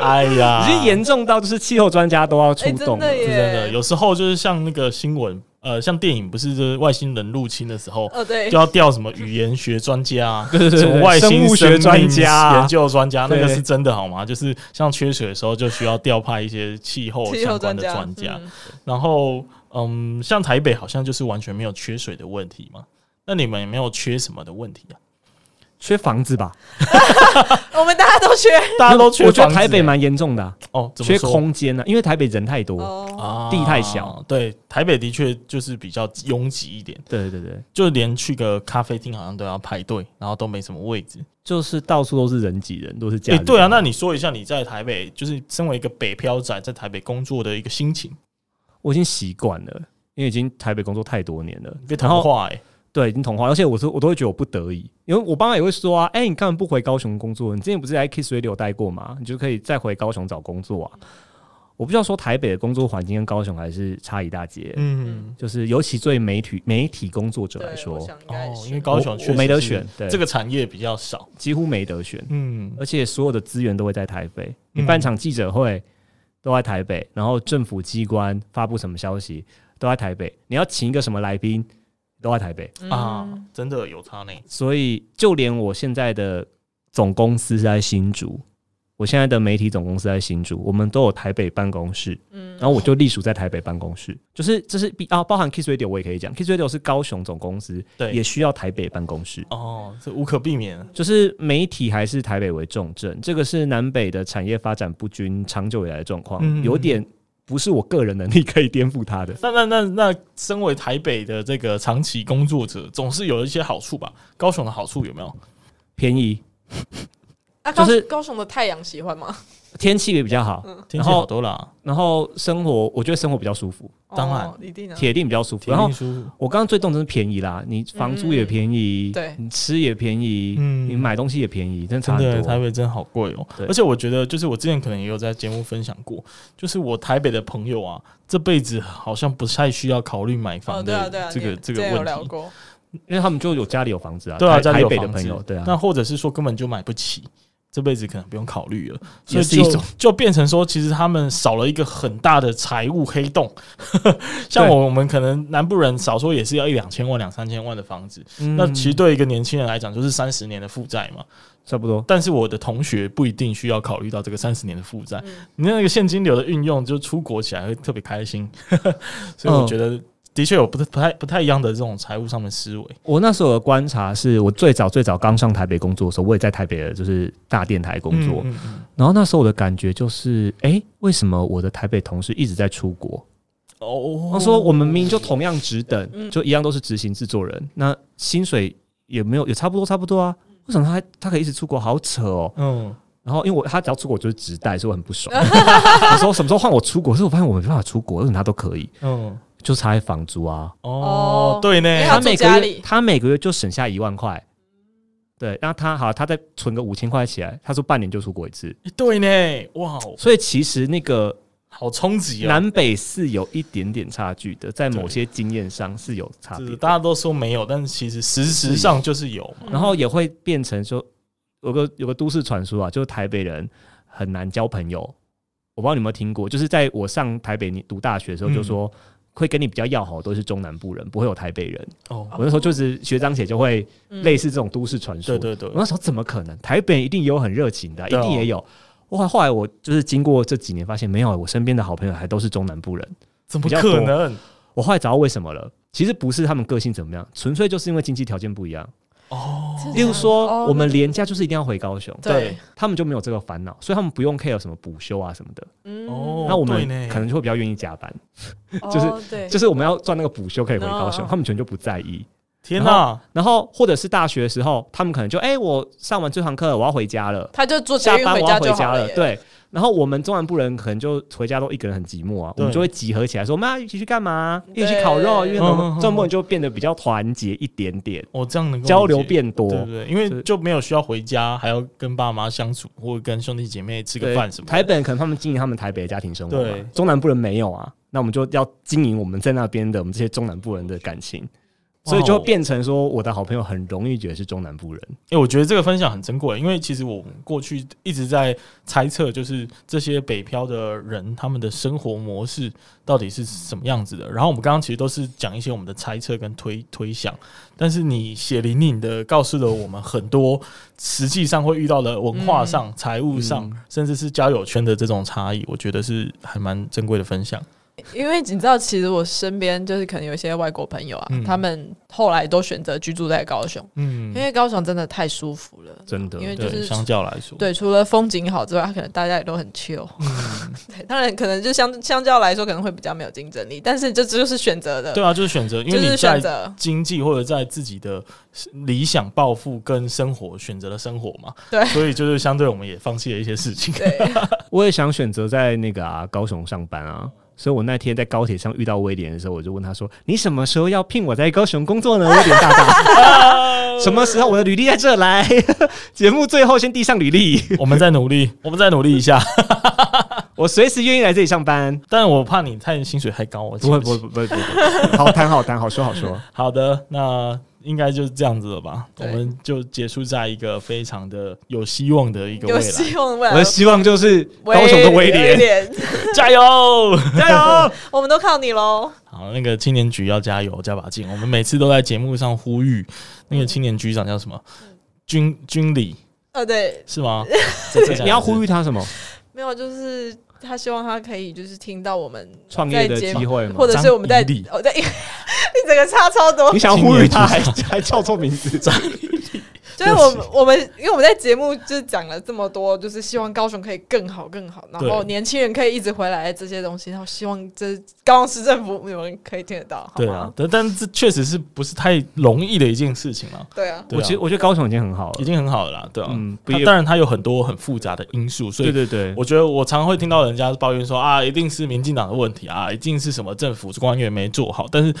[SPEAKER 3] 哎呀，
[SPEAKER 4] 已经严重到就是气候专家都要出
[SPEAKER 5] 哎，
[SPEAKER 4] 动
[SPEAKER 5] 真
[SPEAKER 4] 了。
[SPEAKER 5] 的耶，
[SPEAKER 3] 是真的。有时候就是像那个新闻，呃，像电影不是就是外星人入侵的时候，
[SPEAKER 5] 哦，对
[SPEAKER 3] 就，要调什么语言学专家啊，
[SPEAKER 4] 对对对
[SPEAKER 3] 什么外
[SPEAKER 4] 生
[SPEAKER 3] 星
[SPEAKER 4] 物学专家
[SPEAKER 3] 生
[SPEAKER 4] 啊
[SPEAKER 3] 命研究专家，那个
[SPEAKER 4] 对
[SPEAKER 3] 是真的好吗？就是像缺水的时候，就需要调派一些气候
[SPEAKER 5] 气
[SPEAKER 3] 相
[SPEAKER 5] 候专
[SPEAKER 3] 关的
[SPEAKER 5] 家，
[SPEAKER 3] 专家。
[SPEAKER 5] 嗯
[SPEAKER 3] 然后，嗯，像台北好像就是完全没有缺水的问题嘛。那你们有没有缺什么的问 题啊？
[SPEAKER 4] 缺房子吧？
[SPEAKER 5] 嗯我们大家都缺
[SPEAKER 3] 大家都
[SPEAKER 4] 我
[SPEAKER 3] 缺
[SPEAKER 4] 觉
[SPEAKER 3] 房子欸，
[SPEAKER 4] 得台北蛮严重的啊、
[SPEAKER 3] 哦，怎么
[SPEAKER 4] 缺
[SPEAKER 3] 说
[SPEAKER 4] 空间呢、啊，因为台北人太多。
[SPEAKER 5] 哦，
[SPEAKER 3] 啊
[SPEAKER 4] 地太小，
[SPEAKER 3] 对，台北的确就是比较拥挤一点，
[SPEAKER 4] 对对对，
[SPEAKER 3] 就连去个咖啡厅好像都要排队，然后都没什么位置。
[SPEAKER 4] 就是到处都是人挤人，都是假
[SPEAKER 3] 哎、
[SPEAKER 4] 日。
[SPEAKER 3] 对啊，那你说一下你在台北，就是身为一个北漂仔，在台北工作的一个心情，
[SPEAKER 4] 我已经习惯了，因为已经台北工作太多年了，
[SPEAKER 3] 被同
[SPEAKER 4] 然后
[SPEAKER 3] 化哎、
[SPEAKER 4] 对，已经同化，而且我是我都会觉得我不得已，因为我爸妈也会说啊，哎、你干嘛不回高雄工作？你之前不是在 Kiss Radio 待过吗？你就可以再回高雄找工作啊。我不知道说台北的工作环境跟高雄还是差一大截，
[SPEAKER 3] 嗯，
[SPEAKER 4] 就是尤其对媒体媒体工作者
[SPEAKER 5] 对
[SPEAKER 4] 来说
[SPEAKER 5] 我，想应该
[SPEAKER 3] 哦，
[SPEAKER 5] 是
[SPEAKER 3] 因为高雄
[SPEAKER 4] 我
[SPEAKER 3] 确实
[SPEAKER 4] 我没得
[SPEAKER 3] 是
[SPEAKER 4] 选对
[SPEAKER 3] 这个产业比较少，
[SPEAKER 4] 几乎没得选，
[SPEAKER 3] 嗯，
[SPEAKER 4] 而且所有的资源都会在台北，你办场记者会都在台北，然后政府机关发布什么消息都在台北，你要请一个什么来宾都在台北，
[SPEAKER 3] 啊
[SPEAKER 5] 嗯，
[SPEAKER 3] 真的有差呢，
[SPEAKER 4] 所以就连我现在的总公司是在新竹，我现在的媒体总公司在新竹，我们都有台北办公室，
[SPEAKER 5] 嗯
[SPEAKER 4] 然后我就隶属在台北办公室，就是这是比啊，包含 Kiss Radio 我也可以讲，Kiss Radio 是高雄总公司，
[SPEAKER 3] 对
[SPEAKER 4] 也需要台北办公室。
[SPEAKER 3] 哦，这无可避免，
[SPEAKER 4] 就是媒体还是台北为重镇，这个是南北的产业发展不均长久以来的状况，
[SPEAKER 3] 嗯
[SPEAKER 4] 有点不是我个人能力可以颠覆它的。
[SPEAKER 3] 那那那那，身为台北的这个长期工作者，总是有一些好处吧？高雄的好处有没有？
[SPEAKER 4] 便宜，
[SPEAKER 5] 啊，高
[SPEAKER 4] 就是
[SPEAKER 5] 高雄的太阳喜欢吗？
[SPEAKER 4] 天气也比较好，
[SPEAKER 3] 天气好多啦，
[SPEAKER 4] 然后生活我觉得生活比较舒服，
[SPEAKER 3] 当然
[SPEAKER 5] 哦一定的，
[SPEAKER 4] 铁定比较舒服，
[SPEAKER 3] 铁
[SPEAKER 4] 然后
[SPEAKER 3] 定舒服。
[SPEAKER 4] 我刚刚最动真是便宜啦，你房租也便宜，
[SPEAKER 5] 嗯对
[SPEAKER 4] 你吃也便宜，
[SPEAKER 3] 嗯
[SPEAKER 4] 你买东西也便宜，真的差
[SPEAKER 3] 真的
[SPEAKER 4] 很
[SPEAKER 3] 台
[SPEAKER 4] 多。
[SPEAKER 3] 北真好贵哦、
[SPEAKER 4] 对
[SPEAKER 3] 而且我觉得，就是我之前可能也有在节目分享过，就是我台北的朋友啊，这辈子好像不太需要考虑买
[SPEAKER 5] 哦，
[SPEAKER 3] 房
[SPEAKER 5] 对啊，对
[SPEAKER 3] 的
[SPEAKER 5] 啊，
[SPEAKER 3] 这个
[SPEAKER 5] 你
[SPEAKER 3] 这
[SPEAKER 5] 之
[SPEAKER 3] 个
[SPEAKER 5] 前有聊
[SPEAKER 3] 问题。
[SPEAKER 5] 过，
[SPEAKER 4] 因为他们就有家里有房子啊，
[SPEAKER 3] 对啊，
[SPEAKER 4] 台
[SPEAKER 3] 家里
[SPEAKER 4] 台
[SPEAKER 3] 有
[SPEAKER 4] 北的
[SPEAKER 3] 房
[SPEAKER 4] 朋友，
[SPEAKER 3] 子
[SPEAKER 4] 对啊，
[SPEAKER 3] 那或者是说根本就买不起，这辈子可能不用考虑了，所
[SPEAKER 4] 也
[SPEAKER 3] 以
[SPEAKER 4] 是一
[SPEAKER 3] 就
[SPEAKER 4] 种
[SPEAKER 3] 就变成说，其实他们少了一个很大的财务黑洞。 像我我们可能南部人少说也是要一两千万、两三千万的房子，
[SPEAKER 4] 嗯
[SPEAKER 3] 那其实对一个年轻人来讲就是三十年的负债嘛。
[SPEAKER 4] 差不多。
[SPEAKER 3] 但是我的同学不一定需要考虑到这个三十年的负债，
[SPEAKER 5] 嗯
[SPEAKER 3] 你那个现金流的运用，就出国起来会特别开心。 所以我觉
[SPEAKER 4] 嗯
[SPEAKER 3] 得的确有不太不太不太一样的这种财务上面思维。
[SPEAKER 4] 我那时候的观察是，我最早最早刚上台北工作的时候，我也在台北的就是大电台工作。
[SPEAKER 3] 嗯嗯嗯
[SPEAKER 4] 然后那时候我的感觉就是，哎、为什么我的台北同事一直在出国？
[SPEAKER 3] 哦，
[SPEAKER 4] 嗯他说我们明明就同样职等，
[SPEAKER 5] 嗯
[SPEAKER 4] 就一样都是执行制作人，那薪水也没有也差不多差不多啊，为什么他还他可以一直出国？好扯哦！
[SPEAKER 3] 嗯，
[SPEAKER 4] 然后因为我他只要出国就是直带，所以我很 不爽。我说什么时候换我出国？所以我发现我没办法出国，为什么他都可以？
[SPEAKER 3] 嗯，
[SPEAKER 4] 就差在房租啊，
[SPEAKER 3] 哦
[SPEAKER 5] 哦，
[SPEAKER 3] 对呢，
[SPEAKER 5] 因为
[SPEAKER 4] 他
[SPEAKER 5] 他
[SPEAKER 4] 每
[SPEAKER 5] 住
[SPEAKER 4] 个
[SPEAKER 5] 家
[SPEAKER 4] 月
[SPEAKER 5] 里
[SPEAKER 4] 他每个月就省下一万块。对，然后他好，他再存个五千块起来，他说半年就出国一次，
[SPEAKER 3] 对呢，哇，
[SPEAKER 4] 所以其实那个
[SPEAKER 3] 好冲击啊！
[SPEAKER 4] 南北是有一点点差距的，在某些经验上是有差
[SPEAKER 3] 就是
[SPEAKER 4] 别。
[SPEAKER 3] 大家都说没有，但是其实事实上就是有嘛。
[SPEAKER 4] 然后也会变成说，有个有个都市传说啊，就是台北人很难交朋友。我不知道你有没有听过，就是在我上台北读大学的时候，
[SPEAKER 3] 嗯
[SPEAKER 4] 就说、会跟你比较要好的都是中南部人，不会有台北人。
[SPEAKER 3] 哦，
[SPEAKER 4] 我那时候就是学长姐就会
[SPEAKER 5] 嗯
[SPEAKER 4] 类似这种都市传说。
[SPEAKER 3] 对对对
[SPEAKER 4] 我，那时候怎么可能？台北人一定也有很热情的啊，一
[SPEAKER 3] 对哦
[SPEAKER 4] 定也有。哇！后来我就是经过这几年，发现没有，我身边的好朋友还都是中南部人。
[SPEAKER 3] 怎么可能？
[SPEAKER 4] 我后来找到为什么了，其实不是他们个性怎么样，纯粹就是因为经济条件不一样。
[SPEAKER 3] 哦，
[SPEAKER 4] 例如说，
[SPEAKER 5] 哦
[SPEAKER 4] 我们廉价就是一定要回高雄，
[SPEAKER 5] 对，
[SPEAKER 4] 他们就没有这个烦恼，所以他们不用 care 什么补休啊什么的。
[SPEAKER 5] 嗯
[SPEAKER 3] 哦
[SPEAKER 4] 那我
[SPEAKER 3] 对
[SPEAKER 4] 们
[SPEAKER 3] 呢
[SPEAKER 4] 可能就会比较愿意加班，就是
[SPEAKER 5] 哦对，
[SPEAKER 4] 就是我们要赚那个补休可以回高雄，
[SPEAKER 5] 哦
[SPEAKER 4] 他们全就不在意。
[SPEAKER 3] 天哪！
[SPEAKER 4] 然后或者是大学的时候，他们可能就哎、我上完这堂课我要回家了，
[SPEAKER 5] 他就坐捷
[SPEAKER 4] 下
[SPEAKER 5] 运
[SPEAKER 4] 班我要
[SPEAKER 5] 家
[SPEAKER 4] 回
[SPEAKER 5] 就
[SPEAKER 4] 家
[SPEAKER 5] 好
[SPEAKER 4] 了，
[SPEAKER 5] 耶，
[SPEAKER 4] 对。然后我们中南部人可能就回家都一个人很寂寞啊，我们
[SPEAKER 3] 对
[SPEAKER 4] 就会集合起来说，妈一起去干嘛？一
[SPEAKER 5] 对
[SPEAKER 4] 起去烤肉，因为
[SPEAKER 3] 嗯
[SPEAKER 4] 我
[SPEAKER 3] 嗯
[SPEAKER 4] 们
[SPEAKER 3] 嗯
[SPEAKER 4] 中南部人就变得比较团结一点点，
[SPEAKER 3] 我这样能够
[SPEAKER 4] 交流
[SPEAKER 3] 理解
[SPEAKER 4] 变多。
[SPEAKER 3] 对对，因为
[SPEAKER 4] 对
[SPEAKER 3] 就没有需要回家，还要跟爸妈相处，或者跟兄弟姐妹吃个
[SPEAKER 4] 对
[SPEAKER 3] 饭什么的。
[SPEAKER 4] 台北人可能他们经营他们台北的家庭生活嘛，
[SPEAKER 3] 对
[SPEAKER 4] 中南部人没有啊，那我们就要经营我们在那边的我们这些中南部人的感情，所以就
[SPEAKER 3] 哦
[SPEAKER 4] 会变成说，我的好朋友很容易觉得是中南部人，
[SPEAKER 3] 哎、我觉得这个分享很珍贵，因为其实我们过去一直在猜测，就是这些北漂的人他们的生活模式到底是什么样子的。然后我们刚刚其实都是讲一些我们的猜测跟推推想，但是你血淋淋的告诉了我们很多实际上会遇到的文化上、财、务上，
[SPEAKER 4] 嗯
[SPEAKER 3] 甚至是交友圈的这种差异，我觉得是还蛮珍贵的分享。
[SPEAKER 5] 因为你知道，其实我身边就是可能有一些外国朋友啊，
[SPEAKER 3] 嗯
[SPEAKER 5] 他们后来都选择居住在高雄，
[SPEAKER 3] 嗯
[SPEAKER 5] 因，为高雄真的太舒服了。
[SPEAKER 4] 真的
[SPEAKER 5] 因为就
[SPEAKER 3] 对，
[SPEAKER 5] 是
[SPEAKER 3] 相较来说，
[SPEAKER 5] 对，除了风景好之外，他可能大家也都很 chill。对，
[SPEAKER 4] 嗯
[SPEAKER 5] 当然可能就相相较来说，可能会比较没有竞争力，但是这就是选择的，
[SPEAKER 3] 对啊，就是选择，因为
[SPEAKER 5] 就
[SPEAKER 3] 你
[SPEAKER 5] 是
[SPEAKER 3] 在
[SPEAKER 5] 选择。
[SPEAKER 3] 经济或者在自己的理想抱负跟生活选择了生活嘛，
[SPEAKER 5] 对
[SPEAKER 3] 所以就是相对我们也放弃了一些事情。
[SPEAKER 5] 对，
[SPEAKER 4] 我也想选择在那个啊高雄上班啊。所以我那天在高铁上遇到威廉的时候，我就问他说：“你什么时候要聘我在高雄工作呢？” 威廉大大， 什么时候我的履历在这来？ 节目最后先递上履历，
[SPEAKER 3] 我们再努力，我们再努力一下，
[SPEAKER 4] 我随时愿意来这里上班。
[SPEAKER 3] 但我怕你太薪水太高，我
[SPEAKER 4] 不会，
[SPEAKER 3] 请
[SPEAKER 4] 不 会，
[SPEAKER 3] 起
[SPEAKER 4] 不会，不会，不会好谈，好谈，好说，好 说。
[SPEAKER 3] 好的，那应该就是这样子了吧？我
[SPEAKER 5] 对
[SPEAKER 3] 们就结束在一个非常的有希望的一个未
[SPEAKER 5] 有
[SPEAKER 3] 来，
[SPEAKER 5] 希望未
[SPEAKER 4] 我的
[SPEAKER 5] 来。
[SPEAKER 4] 希望就是高雄的威 廉，
[SPEAKER 5] 廉，
[SPEAKER 3] 加油！
[SPEAKER 4] 加油！
[SPEAKER 5] 我们都靠你喽！
[SPEAKER 3] 好，那个青年局要加油，加把劲。我们每次都在节目上呼吁，那个青年局长叫什么？军军礼
[SPEAKER 5] 呃，对，
[SPEAKER 3] 是吗？
[SPEAKER 4] 你要呼
[SPEAKER 3] 吁。
[SPEAKER 4] 吁他 什么
[SPEAKER 5] 没有，就是他希望他可以就是听到我们
[SPEAKER 4] 创业的
[SPEAKER 5] 在节目
[SPEAKER 4] 机会吗
[SPEAKER 5] 或？者是我们在
[SPEAKER 3] 张怡丽
[SPEAKER 5] 我在 你整个差超多
[SPEAKER 4] 你，想要呼吁他还还叫错名字？
[SPEAKER 5] 就是我们我们因为我们在节目就是讲了这么多，就是希望高雄可以更好更好，然后
[SPEAKER 3] 对
[SPEAKER 5] 年轻人可以一直回来这些东西，然后希望这高雄市政府有人可以听得到，好
[SPEAKER 3] 对啊
[SPEAKER 5] 吗，？
[SPEAKER 3] 但但这确实是不是太容易的一件事情了，
[SPEAKER 5] 对啊，
[SPEAKER 3] 对啊
[SPEAKER 4] 我觉得我觉得高雄已经很好
[SPEAKER 3] 已
[SPEAKER 4] 了，
[SPEAKER 3] 经很好了啦，对啊。
[SPEAKER 4] 嗯不
[SPEAKER 3] 它
[SPEAKER 4] 也
[SPEAKER 3] 当然它有很多很复杂的因素，所
[SPEAKER 4] 对啊
[SPEAKER 3] 以
[SPEAKER 4] 对对，
[SPEAKER 3] 我觉得我常会听到人家抱怨说啊，一定是民进党的问题啊，一定是什么政府官员没做好，但是。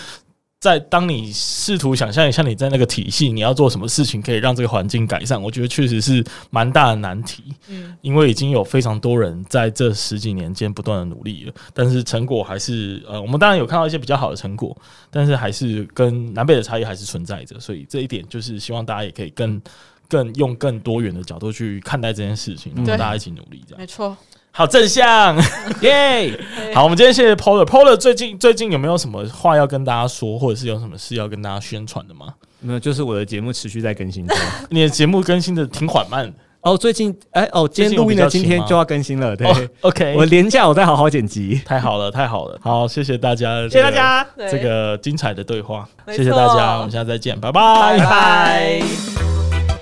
[SPEAKER 3] 在当你试图想象一下你在那个体系，你要做什么事情可以让这个环境改善，我觉得确实是蛮大的难题。
[SPEAKER 5] 嗯，
[SPEAKER 3] 因为已经有非常多人在这十几年间不断的努力了，但是成果还是呃，我们当然有看到一些比较好的成果，但是还是跟南北的差异还是存在着，所以这一点就是希望大家也可以更更用更多元的角度去看待这件事情，然后
[SPEAKER 5] 对
[SPEAKER 3] 大家一起努力这样。
[SPEAKER 5] 没错，
[SPEAKER 3] 好正 向，耶！好，我们今天谢谢 Polar。Polar 最近最近有没有什么话要跟大家说，或者是有什么事要跟大家宣传的 吗？
[SPEAKER 4] 没有，就是我的节目持续在更新中。
[SPEAKER 3] 你的节目更新的挺缓慢的。
[SPEAKER 4] 哦，最近哎哦，今天录音的今天就要更新了，对。
[SPEAKER 3] 哦、，OK，
[SPEAKER 4] 我廉价，我再好好剪辑。
[SPEAKER 3] 太好了，太好了，好，谢谢大家，
[SPEAKER 4] 谢谢大家，
[SPEAKER 5] 对
[SPEAKER 3] 这个精彩的对话，
[SPEAKER 5] 没
[SPEAKER 3] 谢谢大家，
[SPEAKER 5] 错
[SPEAKER 3] 我们下次再见，拜拜。
[SPEAKER 5] 拜。